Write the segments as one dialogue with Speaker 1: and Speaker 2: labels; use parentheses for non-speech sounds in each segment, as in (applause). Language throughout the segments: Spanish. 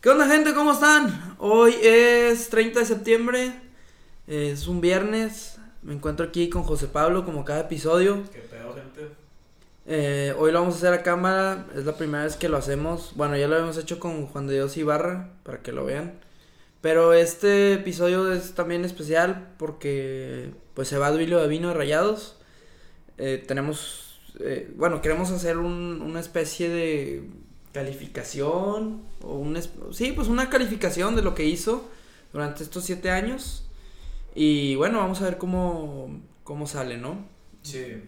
Speaker 1: ¿Qué onda gente? ¿Cómo están? Hoy es 30 de septiembre, es un viernes, me encuentro aquí con José Pablo como cada episodio.
Speaker 2: ¿Qué pedo, gente?
Speaker 1: Eh, hoy lo vamos a hacer a cámara, es la primera vez que lo hacemos. Bueno, ya lo habíamos hecho con Juan de Dios Ibarra, para que lo vean. Pero este episodio es también especial porque pues se va Duilio de Vino de Rayados. Eh, tenemos, eh, bueno, queremos hacer un- una especie de calificación, o un, es- sí, pues una calificación de lo que hizo durante estos siete años. Y bueno, vamos a ver cómo, cómo sale, ¿no?
Speaker 2: Sí.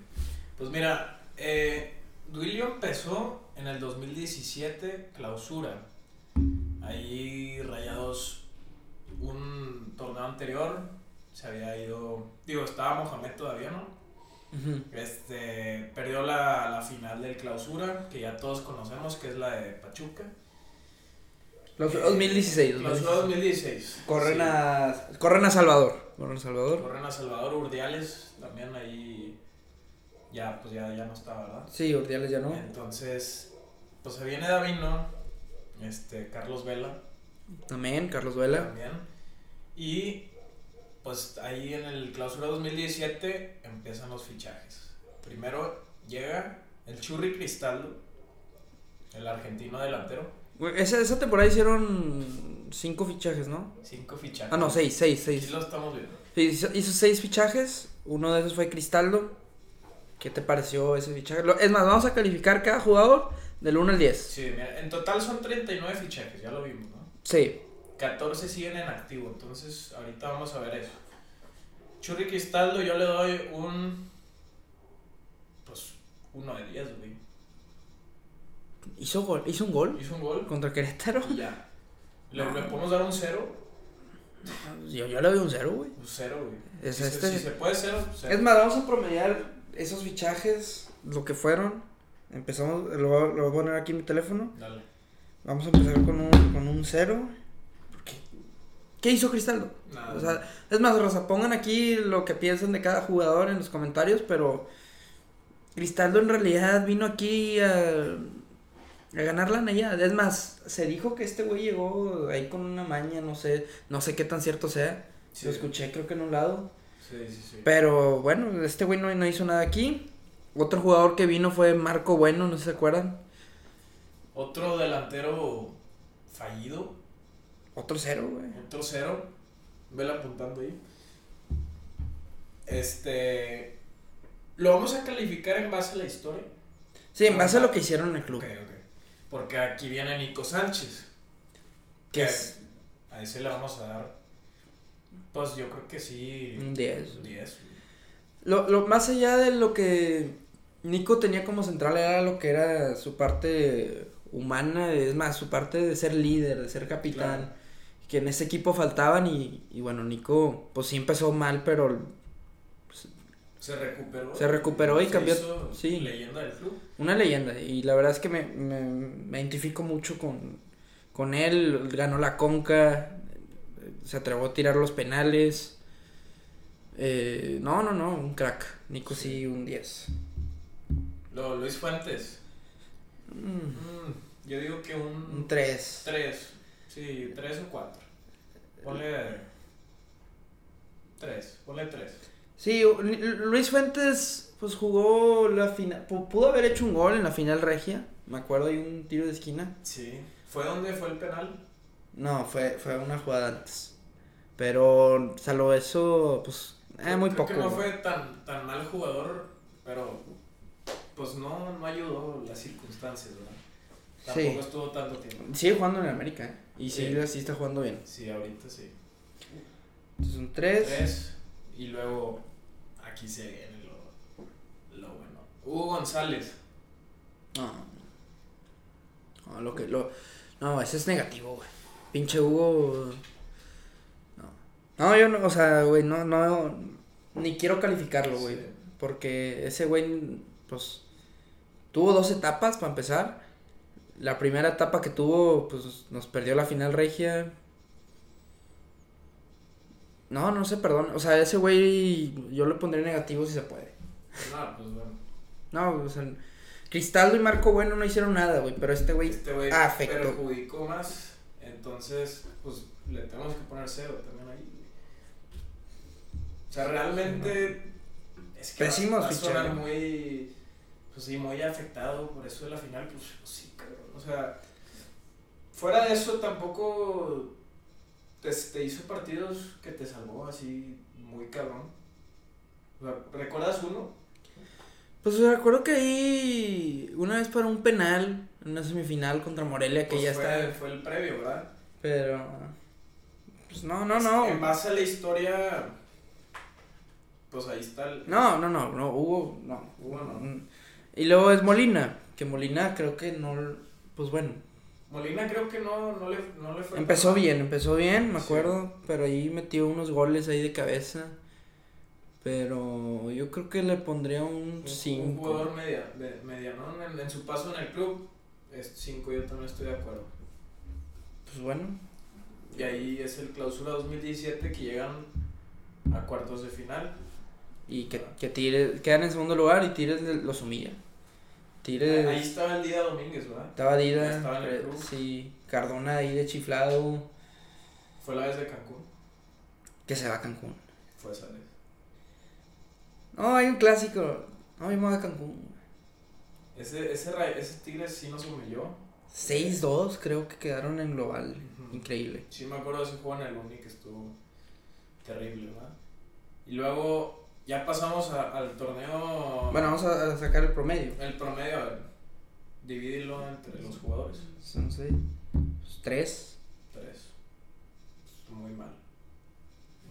Speaker 2: Pues mira, eh, Duilio empezó en el 2017, clausura. Ahí Rayados, un torneo anterior, se había ido. Digo, estaba Mohamed todavía, ¿no? Este, perdió la, la final del clausura, que ya todos conocemos, que es la de Pachuca.
Speaker 1: Los 2016.
Speaker 2: Clausura 2016.
Speaker 1: Corren,
Speaker 2: Sí.
Speaker 1: a, corren a Salvador. Corren a Salvador.
Speaker 2: Corren a Salvador Urdiales, también ahí. Ya, pues ya, ya no está, ¿verdad?
Speaker 1: Sí, Ordiales ya no.
Speaker 2: Entonces, pues se viene Davino, este, Carlos Vela
Speaker 1: También, Carlos Vela.
Speaker 2: también. Y pues ahí en el clausura 2017 empiezan los fichajes. Primero llega el Churri Cristaldo, el argentino delantero.
Speaker 1: Güey, Esa, esa temporada hicieron cinco fichajes, ¿no?
Speaker 2: Cinco fichajes.
Speaker 1: Ah, no, seis, seis,
Speaker 2: Aquí
Speaker 1: seis.
Speaker 2: lo estamos viendo.
Speaker 1: Hizo, hizo seis fichajes. Uno de esos fue Cristaldo. ¿Qué te pareció ese fichaje? Lo- Es más, vamos a calificar cada jugador del 1 al 10.
Speaker 2: Sí, mira, en total son 39 fichajes, ya lo vimos, ¿no?
Speaker 1: Sí.
Speaker 2: 14 siguen en activo, entonces ahorita vamos a ver eso. Churri Cristaldo yo le doy un... Pues uno de 10, güey.
Speaker 1: Hizo, gol, hizo un gol
Speaker 2: Hizo un gol
Speaker 1: contra (laughs) Querétaro.
Speaker 2: y ya. ¿Le, le podemos dar un 0?
Speaker 1: Yo, yo le doy un cero, güey.
Speaker 2: Un 0, güey.
Speaker 1: Es
Speaker 2: si, se-
Speaker 1: este.
Speaker 2: si se puede 0, cero.
Speaker 1: Es más, vamos a promediar esos fichajes, lo que fueron. Empezamos, lo, voy a- lo voy a poner aquí en mi teléfono.
Speaker 2: Dale.
Speaker 1: Vamos a empezar con un, con un cero. Porque- ¿Qué hizo Cristaldo?
Speaker 2: Nada.
Speaker 1: O sea, es más, Rosa, pongan aquí lo que piensan de cada jugador en los comentarios, pero Cristaldo en realidad vino aquí a, a ganar la naya. Es más, se dijo que este güey llegó ahí con una maña, no sé, no sé qué tan cierto sea.
Speaker 2: sí,
Speaker 1: Lo escuché creo que en un lado.
Speaker 2: sí, sí, sí.
Speaker 1: Pero bueno, este güey no, no hizo nada aquí. Otro jugador que vino fue Marco Bueno, no sé si se acuerdan.
Speaker 2: Otro delantero fallido,
Speaker 1: Otro cero, güey.
Speaker 2: otro 0. Vela apuntando ahí. Este... Lo vamos a calificar en base a la historia.
Speaker 1: Sí, en base a lo que hicieron en el club.
Speaker 2: Ok, ok. Porque aquí viene Nico Sánchez.
Speaker 1: Que es
Speaker 2: A ese le vamos a dar. Pues yo creo que sí.
Speaker 1: un 10.
Speaker 2: un 10. güey.
Speaker 1: Lo, lo más allá de lo que Nico tenía como central era lo que era su parte humana, es más, su parte de ser líder, de ser capitán.
Speaker 2: Claro.
Speaker 1: Que en ese equipo faltaban y, y bueno, Nico pues sí empezó mal, pero
Speaker 2: Se recuperó.
Speaker 1: Se recuperó y
Speaker 2: Se
Speaker 1: cambió-
Speaker 2: hizo
Speaker 1: sí.
Speaker 2: Leyenda del club.
Speaker 1: Una leyenda, y la verdad es que me, me, me identifico mucho con, con él. Ganó la conca, eh, se atrevió a tirar los penales. Eh, no, no, no, un crack. Nico sí, un 10.
Speaker 2: Lo, Luis Fuentes.
Speaker 1: Mm,
Speaker 2: Mm, yo digo que un
Speaker 1: un 3.
Speaker 2: 3. Sí, 3 o 4. Ponle 3. Ponle 3.
Speaker 1: Sí, u- Ni- Luis Fuentes pues jugó la final, pudo haber hecho un gol en la final regia, me acuerdo, hay un tiro de esquina.
Speaker 2: Sí. ¿Fue donde fue el penal?
Speaker 1: No, fue, fue una jugada antes. Pero, salvo eso, pues, eh, muy
Speaker 2: Creo
Speaker 1: poco.
Speaker 2: Que no
Speaker 1: güey.
Speaker 2: fue tan, tan mal jugador, pero pues no, no ayudó las circunstancias, ¿verdad? Tampoco
Speaker 1: Sí.
Speaker 2: estuvo tanto tiempo.
Speaker 1: Sigue jugando en América. ¿eh? Y
Speaker 2: Sí.
Speaker 1: sí, sí está jugando bien.
Speaker 2: Sí, ahorita sí.
Speaker 1: Entonces un 3.
Speaker 2: Tres, y luego aquí se viene lo, lo bueno. Hugo González.
Speaker 1: No. No, lo que, lo... no, ese es negativo, güey. Pinche Hugo. No. No, yo no, o sea, güey, no, no. Ni quiero calificarlo, güey.
Speaker 2: Sí.
Speaker 1: Porque ese güey, pues. Tuvo dos etapas para empezar. La primera etapa que tuvo, pues nos perdió la final regia. No, no sé, perdón. O sea, ese güey yo le pondré negativo si se puede.
Speaker 2: No, pues bueno.
Speaker 1: No, o sea, Cristaldo y Marco Bueno no hicieron nada, güey, pero este güey...
Speaker 2: Este güey
Speaker 1: afectó.
Speaker 2: perjudicó más Entonces, pues le tenemos que poner cero también ahí. güey. O sea, realmente es que va-
Speaker 1: Pésimos
Speaker 2: va a sonar
Speaker 1: fichajes.
Speaker 2: muy pues sí, muy afectado por eso de la final, pues sí, cabrón. O sea, fuera de eso tampoco te, te hizo partidos que te salvó así muy cabrón. O sea, ¿Recuerdas uno?
Speaker 1: Pues recuerdo que ahí una vez para un penal, en una semifinal contra Morelia, que
Speaker 2: Pues
Speaker 1: ya
Speaker 2: fue,
Speaker 1: está.
Speaker 2: fue el previo, ¿verdad?
Speaker 1: Pero. Pues no, no, no.
Speaker 2: En base a la historia, pues ahí está el...
Speaker 1: No, no, no, no, Hugo, no.
Speaker 2: Hugo no.
Speaker 1: Mm. Y luego es Molina, que Molina creo que no. Pues bueno,
Speaker 2: Molina creo que no, no, le, no le fue...
Speaker 1: empezó bien, empezó bien, me
Speaker 2: Sí.
Speaker 1: acuerdo, pero ahí metió unos goles ahí de cabeza. Pero yo creo que le pondría un
Speaker 2: Un- Un
Speaker 1: 5.
Speaker 2: jugador media, de- medianón en, en su paso en el club, es 5, yo también estoy de acuerdo.
Speaker 1: Pues bueno,
Speaker 2: Y ahí es el clausura 2017 que llegan a cuartos de final.
Speaker 1: y que, que tire, quedan en segundo lugar y Tires le- los humilla. Tires.
Speaker 2: Ahí estaba el día Domínguez, ¿verdad?
Speaker 1: Estaba
Speaker 2: Ya
Speaker 1: Dida,
Speaker 2: estaba en el
Speaker 1: eh,
Speaker 2: club.
Speaker 1: sí, Cardona ahí de chiflado,
Speaker 2: Fue la vez de Cancún.
Speaker 1: que se va a Cancún.
Speaker 2: Fue esa vez.
Speaker 1: No, hay un clásico. No, yo me voy a Cancún.
Speaker 2: Ese, ese, ra- ese Tigres sí nos humilló.
Speaker 1: 6-2 creo que quedaron en global.
Speaker 2: Ujú.
Speaker 1: Increíble.
Speaker 2: Sí, me acuerdo de ese juego en el Uni que estuvo terrible, ¿verdad? Y luego ya pasamos a- al torneo.
Speaker 1: Bueno, vamos a, a sacar el promedio.
Speaker 2: El promedio, a ver, divídelo entre los jugadores.
Speaker 1: Entonces, pues, 3.
Speaker 2: Tres. Muy mal.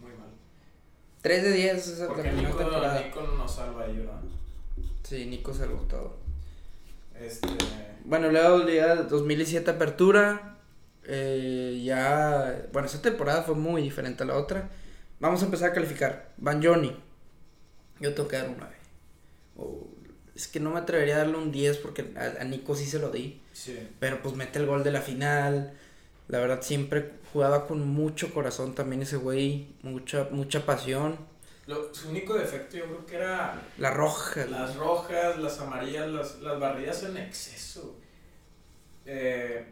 Speaker 2: Muy mal.
Speaker 1: 3 de 10 es la
Speaker 2: Porque
Speaker 1: primera
Speaker 2: Nico,
Speaker 1: temporada.
Speaker 2: Nico nos salva ahí, ¿verdad?
Speaker 1: Sí, Nico se lo todo.
Speaker 2: Este.
Speaker 1: Bueno, luego ya 2017 apertura. eh, ya. Bueno, esa temporada fue muy diferente a la otra. Vamos a empezar a calificar. Van Johnny. Yo tengo que dar un 9. O- es que no me atrevería a darle un 10 porque a, a Nico sí se lo di.
Speaker 2: Sí.
Speaker 1: Pero pues mete el gol de la final. La verdad, siempre jugaba con mucho corazón también ese güey. Mucha, mucha pasión.
Speaker 2: Lo- su único defecto yo creo que era
Speaker 1: La roja.
Speaker 2: las rojas, las amarillas, las, las barridas en exceso. Eh,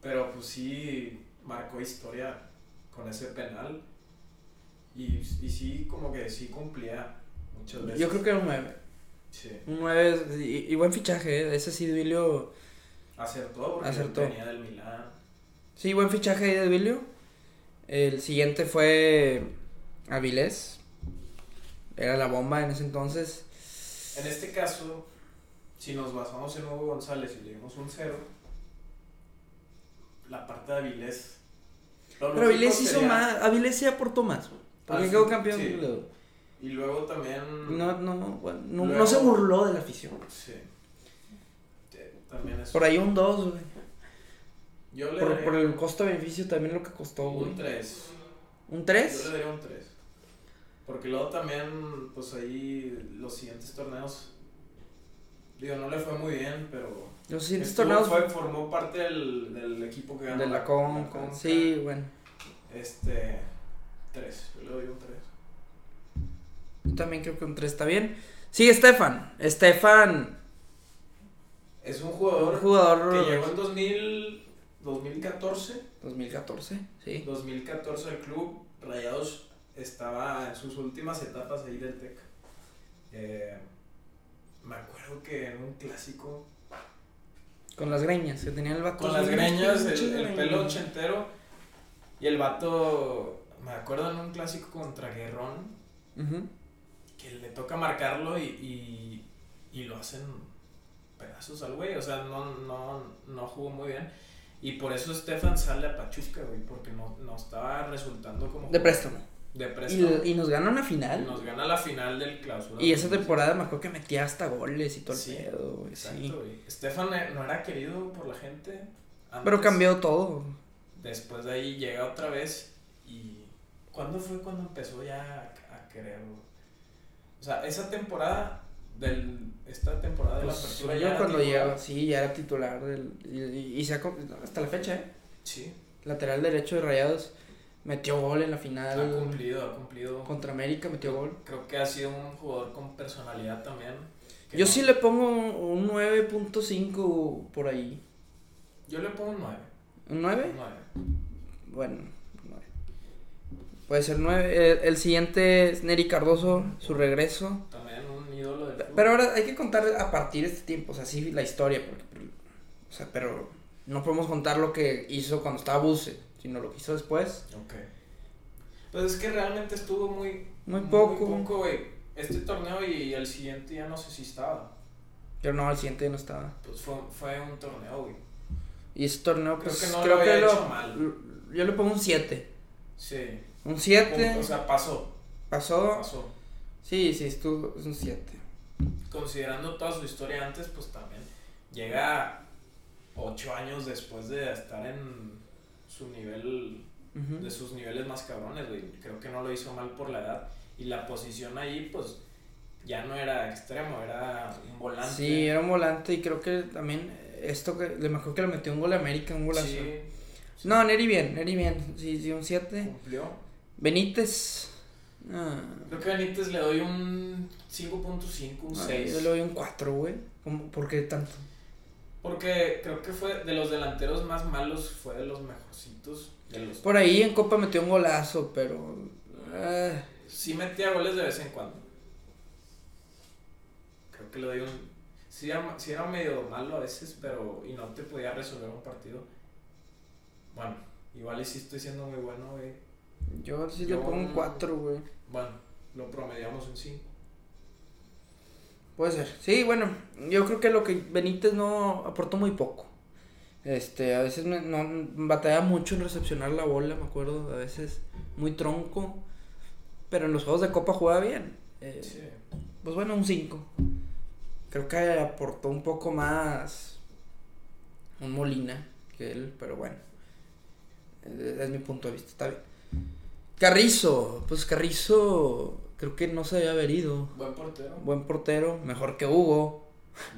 Speaker 2: pero pues sí marcó historia con ese penal. Y, y sí, como que sí cumplía muchas veces.
Speaker 1: Yo creo que era un 9.
Speaker 2: Sí.
Speaker 1: Un 9 y, y buen fichaje. ¿eh? Ese sí, Duilio.
Speaker 2: Acertó porque
Speaker 1: Acertó.
Speaker 2: venía del Milán.
Speaker 1: Sí, buen fichaje ahí de Duilio. El siguiente fue Avilés. Era la bomba en ese entonces.
Speaker 2: En este caso, si nos basamos en Hugo González y le dimos un cero, la parte de Avilés. lo
Speaker 1: Pero
Speaker 2: lógico
Speaker 1: Avilés hizo
Speaker 2: sería-
Speaker 1: más. Avilés sí aportó más. güey, Porque
Speaker 2: Ah, sí,
Speaker 1: quedó campeón.
Speaker 2: sí.
Speaker 1: luego.
Speaker 2: Y luego también.
Speaker 1: No, no, no, bueno, no,
Speaker 2: Luego-
Speaker 1: no se burló de la afición.
Speaker 2: Sí. Eh, También es.
Speaker 1: Por ahí un 2, güey.
Speaker 2: yo le
Speaker 1: Por,
Speaker 2: daría
Speaker 1: por el costo-beneficio también lo que costó, güey.
Speaker 2: un 3.
Speaker 1: ¿Un
Speaker 2: Yo le
Speaker 1: 3?
Speaker 2: daría un 3. Porque luego también, pues ahí, los siguientes torneos. Digo, no le fue muy bien, pero.
Speaker 1: Los siguientes
Speaker 2: estuvo-
Speaker 1: torneos
Speaker 2: fue- formó parte del, del equipo que ganó.
Speaker 1: de la Conca.
Speaker 2: Conca.
Speaker 1: Sí, bueno.
Speaker 2: Este. 3. Yo le doy un 3.
Speaker 1: Yo también creo que un 3 está bien. Sí, Estefan. Estefan,
Speaker 2: Es un
Speaker 1: un
Speaker 2: jugador
Speaker 1: jugador.
Speaker 2: que llegó en 2000, 2014.
Speaker 1: 2014, sí.
Speaker 2: 2014 el club Rayados estaba en sus últimas etapas ahí del TEC. Eh, me acuerdo que en un clásico...
Speaker 1: Con las greñas, que tenía el vato.
Speaker 2: Con las greñas, el, el pelo ochentero y el vato... Me acuerdo en un clásico contra Guerrón
Speaker 1: Ujú.
Speaker 2: que le toca marcarlo y, y, y lo hacen pedazos al güey. O sea, no, no, no jugó muy bien. Y por eso Stefan sale a Pachuca, güey, porque no, no estaba resultando como...
Speaker 1: De préstamo.
Speaker 2: De
Speaker 1: Y,
Speaker 2: préstamo.
Speaker 1: y nos gana una
Speaker 2: Y
Speaker 1: final.
Speaker 2: Nos gana la final del clausura.
Speaker 1: Y esa temporada me acuerdo que metía hasta goles y todo
Speaker 2: Sí,
Speaker 1: el pedo, güey,
Speaker 2: Exacto,
Speaker 1: sí.
Speaker 2: güey. Estefan eh, no era querido por la gente. antes.
Speaker 1: Pero cambió todo.
Speaker 2: Después de ahí llega otra vez y... ¿Cuándo fue cuando empezó ya a, a quererlo? O sea, esa temporada del... Esta temporada de la
Speaker 1: Pues,
Speaker 2: apertura
Speaker 1: yo
Speaker 2: ya
Speaker 1: cuando
Speaker 2: digo,
Speaker 1: llegaba, sí, ya era titular del, y, y- y se ha com- hasta la fecha, ¿eh?
Speaker 2: Sí,
Speaker 1: Lateral derecho de Rayados metió gol en la
Speaker 2: ha
Speaker 1: final
Speaker 2: cumplido, ha cumplido.
Speaker 1: contra América, metió gol.
Speaker 2: Creo que ha sido un jugador con personalidad también. que
Speaker 1: Yo
Speaker 2: no-
Speaker 1: sí le pongo un un 9.5 por ahí.
Speaker 2: Yo le pongo un 9.
Speaker 1: ¿Un 9?
Speaker 2: 9.
Speaker 1: Bueno, nueve. puede ser nueve. El, el siguiente es Neri Cardoso, su regreso.
Speaker 2: También un ídolo del fútbol.
Speaker 1: Pero ahora hay que contar a partir de este tiempo, o sea, sí, la historia. Porque, o sea, pero no podemos contar lo que hizo cuando estaba Buse, sino lo que hizo después.
Speaker 2: Ok. Pues es que realmente estuvo muy.
Speaker 1: Muy poco.
Speaker 2: Muy poco, güey. Este torneo y el siguiente ya no sé si estaba.
Speaker 1: Pero no, el siguiente no estaba.
Speaker 2: Pues fue, fue un torneo, güey.
Speaker 1: Y ese torneo,
Speaker 2: Creo
Speaker 1: pues
Speaker 2: que no
Speaker 1: creo
Speaker 2: lo
Speaker 1: que
Speaker 2: había
Speaker 1: lo-
Speaker 2: hecho mal.
Speaker 1: lo- yo le pongo un 7.
Speaker 2: Sí.
Speaker 1: Un 7
Speaker 2: O sea, pasó.
Speaker 1: pasó.
Speaker 2: Pasó.
Speaker 1: Sí, sí, estuvo, es un 7.
Speaker 2: Considerando toda su historia antes, pues también llega ocho años después de estar en su nivel de sus niveles más cabrones, güey. Creo que no lo hizo mal por la edad. Y la posición ahí, pues, ya no era extremo, era un volante.
Speaker 1: Sí, era un volante y creo que también esto que le mejor que le metió un gol a América, un golazo.
Speaker 2: Sí,
Speaker 1: No, Neri bien, Neri bien. Sí, sí, un 7.
Speaker 2: cumplió.
Speaker 1: Benítez. Ah,
Speaker 2: Creo que a Benítez le doy un 5.5, un
Speaker 1: ay,
Speaker 2: 6.
Speaker 1: yo le doy un 4, güey. ¿Cómo- ¿Por qué tanto?
Speaker 2: Porque creo que fue de los delanteros más malos, fue de los mejorcitos. De los...
Speaker 1: Por ahí en Copa metió un golazo, pero. ah,
Speaker 2: Sí metía goles de vez en cuando. Creo que le doy un... Sí era, sí era medio malo a veces, pero... Y no te podía resolver un partido. Bueno, igual y sí estoy siendo muy bueno, güey.
Speaker 1: yo sí
Speaker 2: Yo-
Speaker 1: le pongo un 4, güey.
Speaker 2: Bueno, lo promediamos en 5.
Speaker 1: Puede ser. Sí, bueno, yo creo que lo que Benítez no aportó muy poco. Este, a veces me- no, batalla mucho en recepcionar la bola, me acuerdo, a veces muy tronco, pero en los juegos de copa jugaba bien. Eh,
Speaker 2: Sí.
Speaker 1: Pues bueno, un 5. Creo que aportó un poco más un Molina que él, pero bueno. Eh, Es mi punto de vista, está bien. Carrizo, pues Carrizo creo que no se había haber ido.
Speaker 2: Buen portero.
Speaker 1: Buen portero, mejor que Hugo.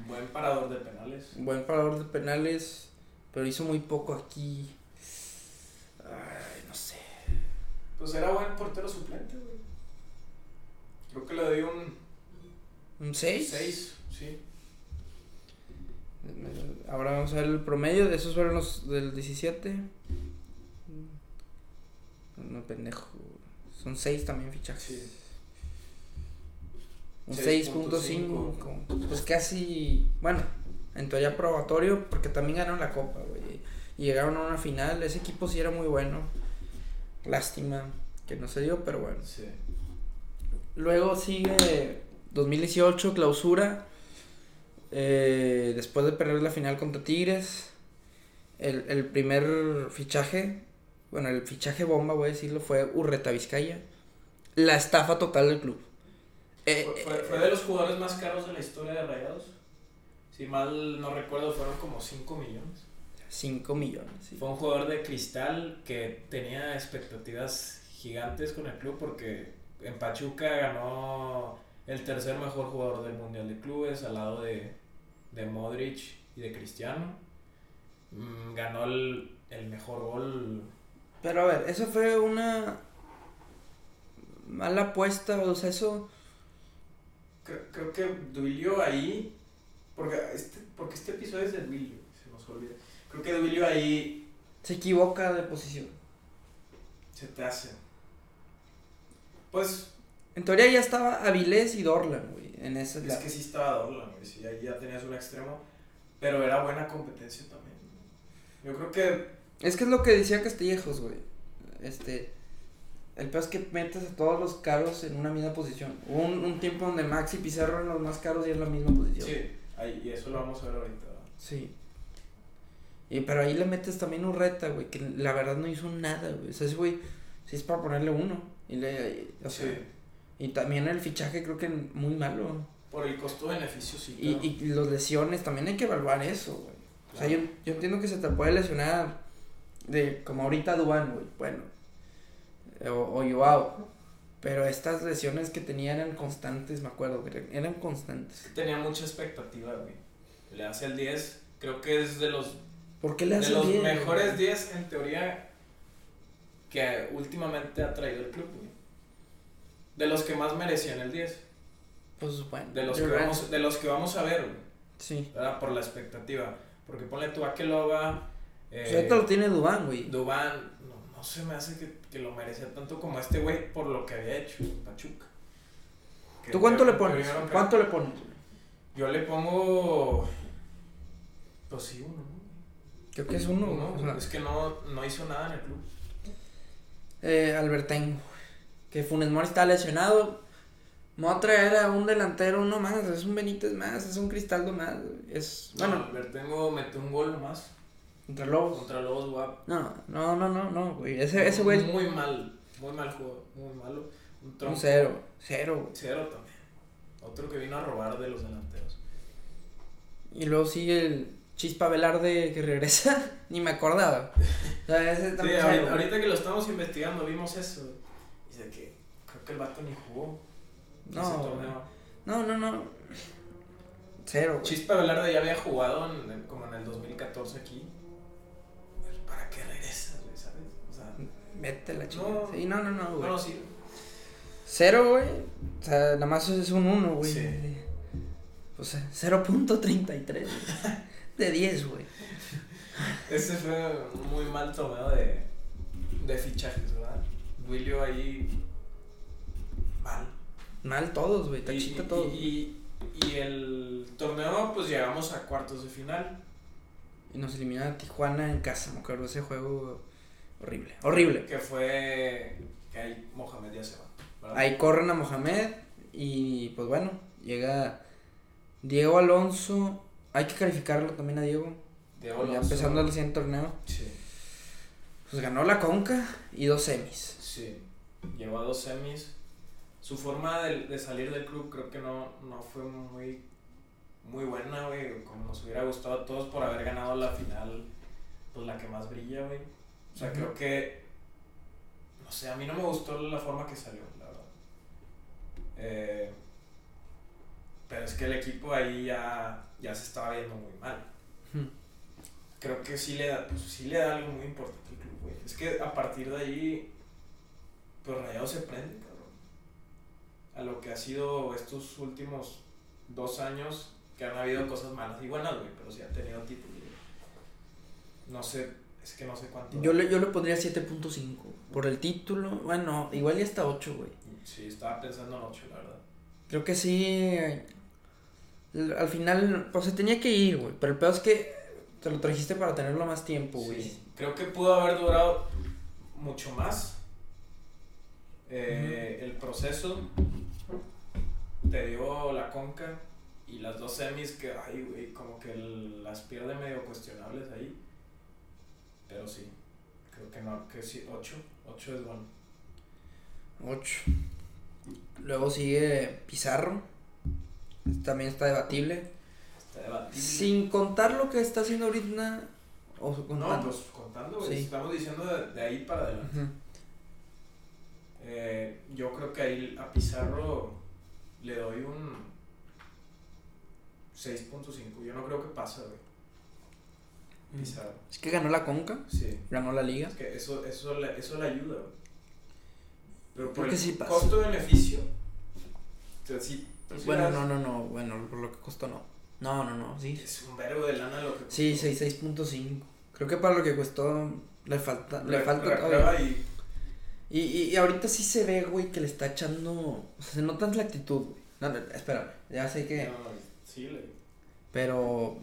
Speaker 2: Buen parador de penales.
Speaker 1: Buen parador de penales, pero hizo muy poco aquí. Ay, no sé.
Speaker 2: Pues era buen portero suplente, güey. Creo que le doy un
Speaker 1: ¿Un 6?
Speaker 2: 6, sí.
Speaker 1: Ahora vamos a ver el promedio. De esos fueron los del 17. No, pendejo. Son 6 también fichajes.
Speaker 2: Sí.
Speaker 1: Un
Speaker 2: 6.5.
Speaker 1: 6.5. como- Pues casi. Bueno, en teoría probatorio, porque también ganaron la copa, güey. Y llegaron a una final. Ese equipo sí era muy bueno. Lástima que no se dio, pero bueno.
Speaker 2: Sí.
Speaker 1: Luego sigue 2018, clausura. eh, después de perder la final contra Tigres. El, el primer fichaje, bueno, el fichaje bomba, voy a decirlo, fue Urreta Vizcaya. La estafa total del club. Eh,
Speaker 2: Fue,
Speaker 1: eh,
Speaker 2: fue- fue de los jugadores más caros de la historia de Rayados. Si mal no recuerdo, fueron como 5 millones.
Speaker 1: 5 millones. sí.
Speaker 2: Fue un jugador de cristal que tenía expectativas gigantes con el club porque en Pachuca ganó el tercer mejor jugador del Mundial de Clubes al lado de, de Modric y de Cristiano. Mm, Ganó el, el mejor gol.
Speaker 1: Pero a ver, eso fue una mala apuesta, o sea, eso...
Speaker 2: Creo, creo que Duilio ahí. Porque este, porque este episodio es de Duilio, se nos olvida. Creo que Duilio ahí
Speaker 1: Se equivoca de posición.
Speaker 2: se te hace. Pues
Speaker 1: En teoría ya estaba Avilés y Dorlan, güey, en esa...
Speaker 2: Es
Speaker 1: la-
Speaker 2: que sí estaba Dorlan, güey, sí, ahí ya tenías un extremo, pero era buena competencia también. Yo creo que
Speaker 1: Es que es lo que decía Castillejos, güey. Este. El peor es que metes a todos los caros en una misma posición. Hubo un, un tiempo donde Maxi Pizarro eran los más caros y en la misma posición.
Speaker 2: sí, ahí, y eso lo vamos a ver ahorita. ¿verdad?
Speaker 1: Sí. Y, pero ahí le metes también un reta, güey, que la verdad no hizo nada, güey. O sea, ese güey, sí es para ponerle uno. Y, le, y- o sea,
Speaker 2: Sí,
Speaker 1: y también el fichaje creo que muy malo.
Speaker 2: por el costo-beneficio sí.
Speaker 1: Y,
Speaker 2: claro.
Speaker 1: y los lesiones, también hay que evaluar eso, güey. O sea, yo,
Speaker 2: Claro.
Speaker 1: yo entiendo que se te puede lesionar de como ahorita Duan, güey, bueno. O, o Joao. Pero estas lesiones que tenía eran constantes, me acuerdo, que eran constantes.
Speaker 2: Tenía mucha expectativa, güey. Le hace el 10, creo que es de los,
Speaker 1: ¿Por qué le
Speaker 2: de
Speaker 1: hacen
Speaker 2: los
Speaker 1: 10, güey?
Speaker 2: mejores 10 en teoría que últimamente ha traído el club, güey. De los que más merecían el 10.
Speaker 1: Pues bueno.
Speaker 2: De los,
Speaker 1: yo
Speaker 2: que
Speaker 1: creo-
Speaker 2: vamos, de los que vamos a ver, güey.
Speaker 1: Sí.
Speaker 2: ¿verdad? Por la expectativa. Porque ponle tú a Keloba, Eh,
Speaker 1: Pues O sea, ahorita lo tiene Duan, güey.
Speaker 2: Dubán, no, no no se me hace que, que lo merecía tanto como este güey por lo que había hecho en Pachuca. Que-
Speaker 1: ¿Tú cuánto
Speaker 2: que-
Speaker 1: le pones?
Speaker 2: que yo no creo-
Speaker 1: ¿Cuánto le pones?
Speaker 2: Yo le pongo. Pues sí, uno, ¿no?
Speaker 1: Creo que es uno,
Speaker 2: Uno,
Speaker 1: ¿no? O sea,
Speaker 2: Es que no, no hizo nada en el club.
Speaker 1: eh, Albertengo. Que Funes Mori está lesionado. Me voy a traer a un delantero, uno más. Es un Benítez más, es un Cristaldo más. Es.
Speaker 2: Bueno,
Speaker 1: Bueno,
Speaker 2: Albertengo metió un gol más
Speaker 1: entre lobos.
Speaker 2: contra Lobos Guap.
Speaker 1: No, no, no, no, no, güey. Ese, ese güey es
Speaker 2: Muy mal, muy mal jugador, muy malo. Un
Speaker 1: un
Speaker 2: tronco.
Speaker 1: cero. Cero, güey.
Speaker 2: Cero también. Otro que vino a robar de los delanteros.
Speaker 1: Y luego sigue el Chispa Velarde que regresa. (laughs) Ni me acordaba. O sea, ese
Speaker 2: Sí,
Speaker 1: también
Speaker 2: ahorita,
Speaker 1: cero.
Speaker 2: ahorita que lo estamos investigando vimos eso. Y de que creo que el vato ni jugó. en ese
Speaker 1: No,
Speaker 2: torneo.
Speaker 1: No, no, no. Cero, güey.
Speaker 2: Chispa Velarde ya había jugado en el- como en el 2014 aquí. Pero, ¿Para qué regresas, güey? ¿Sabes? O sea,
Speaker 1: Vete a la chica.
Speaker 2: No.
Speaker 1: Sí, no, no, no, güey.
Speaker 2: no sí.
Speaker 1: Cero, güey. O sea, nada más es un uno, güey.
Speaker 2: Sí.
Speaker 1: O sea, 0.33 güey. (laughs) de 10, güey.
Speaker 2: Ese Este fue un muy mal torneo de, de fichajes, ¿verdad? Willio ahí. Mal.
Speaker 1: Mal todos, güey.
Speaker 2: Y-
Speaker 1: Tachita
Speaker 2: y-
Speaker 1: todos. güey.
Speaker 2: Y, y el torneo, pues llegamos a cuartos de final.
Speaker 1: Y nos eliminaron a Tijuana en casa, me acuerdo. Ese juego horrible. Horrible.
Speaker 2: Que fue. Que ahí Mohamed ya se va. ¿verdad?
Speaker 1: Ahí corren a Mohamed y pues bueno, llega Diego Alonso. Hay que calificarlo también a Diego.
Speaker 2: Diego
Speaker 1: ya
Speaker 2: Alonso.
Speaker 1: empezando el siguiente torneo.
Speaker 2: Sí,
Speaker 1: Pues ganó la Conca y dos semis.
Speaker 2: sí. Llegó a dos semis. Su forma de, de salir del club creo que no, no fue muy, muy buena, güey. Como nos hubiera gustado a todos por haber ganado la final, pues la que más brilla, güey. O sea,
Speaker 1: Ujú.
Speaker 2: creo que. No sé, a mí no me gustó la forma que salió, la verdad. Eh, pero es que el equipo ahí ya, ya se estaba viendo muy mal.
Speaker 1: Ujú.
Speaker 2: Creo que sí le da, pues, sí le da algo muy importante al club, güey. Es que a partir de ahí, pues Rayado se prende, cabrón. A lo que ha sido estos últimos dos años, que han habido cosas malas y buenas, güey, pero sí ha tenido título. güey. No sé, es que no sé cuánto.
Speaker 1: Yo le, yo le pondría 7.5 por el título. Bueno, igual ya hasta 8, güey.
Speaker 2: Sí, estaba pensando en 8, la verdad.
Speaker 1: Creo que sí. l- Al final, pues se tenía que ir, güey. Pero el peor es que te lo trajiste para tenerlo más tiempo, güey.
Speaker 2: Pues Sí, creo que pudo haber durado mucho más eh, el proceso. Te dio la conca y las dos semis que, ay, güey, como que el- las pierde medio cuestionables ahí. Pero sí, creo que no, que sí, 8. 8 es bueno.
Speaker 1: 8. Luego sigue Pizarro. También está debatible.
Speaker 2: Está debatible.
Speaker 1: Sin contar lo que está haciendo ahorita. O
Speaker 2: No,
Speaker 1: contando.
Speaker 2: pues contando, güey,
Speaker 1: Sí.
Speaker 2: estamos diciendo de, de ahí para adelante.
Speaker 1: Ujú.
Speaker 2: Eh, yo creo que ahí a Pizarro le doy un 6.5. Yo no creo que pase, güey.
Speaker 1: Mm.
Speaker 2: Pizarro.
Speaker 1: Es que ganó la Conca,
Speaker 2: Sí.
Speaker 1: ganó la Liga.
Speaker 2: Es que eso, eso, le, eso le ayuda, güey. Pero por
Speaker 1: Creo que
Speaker 2: el
Speaker 1: sí pasa.
Speaker 2: costo-beneficio. O sea, sí. sí
Speaker 1: Bueno,
Speaker 2: das-
Speaker 1: no, no, no, bueno, por lo que costó no. No, no, no, sí.
Speaker 2: Es un verbo de lana lo que.
Speaker 1: Sí, seis- 6.5. Creo que para lo que costó le falta le
Speaker 2: Re-
Speaker 1: falta
Speaker 2: reprueba
Speaker 1: todavía.
Speaker 2: y-
Speaker 1: Y, y, y ahorita sí se ve, güey, que le está echando, o sea, se nota la actitud, güey. No, no, espera, ya sé que
Speaker 2: no, sí, le-
Speaker 1: pero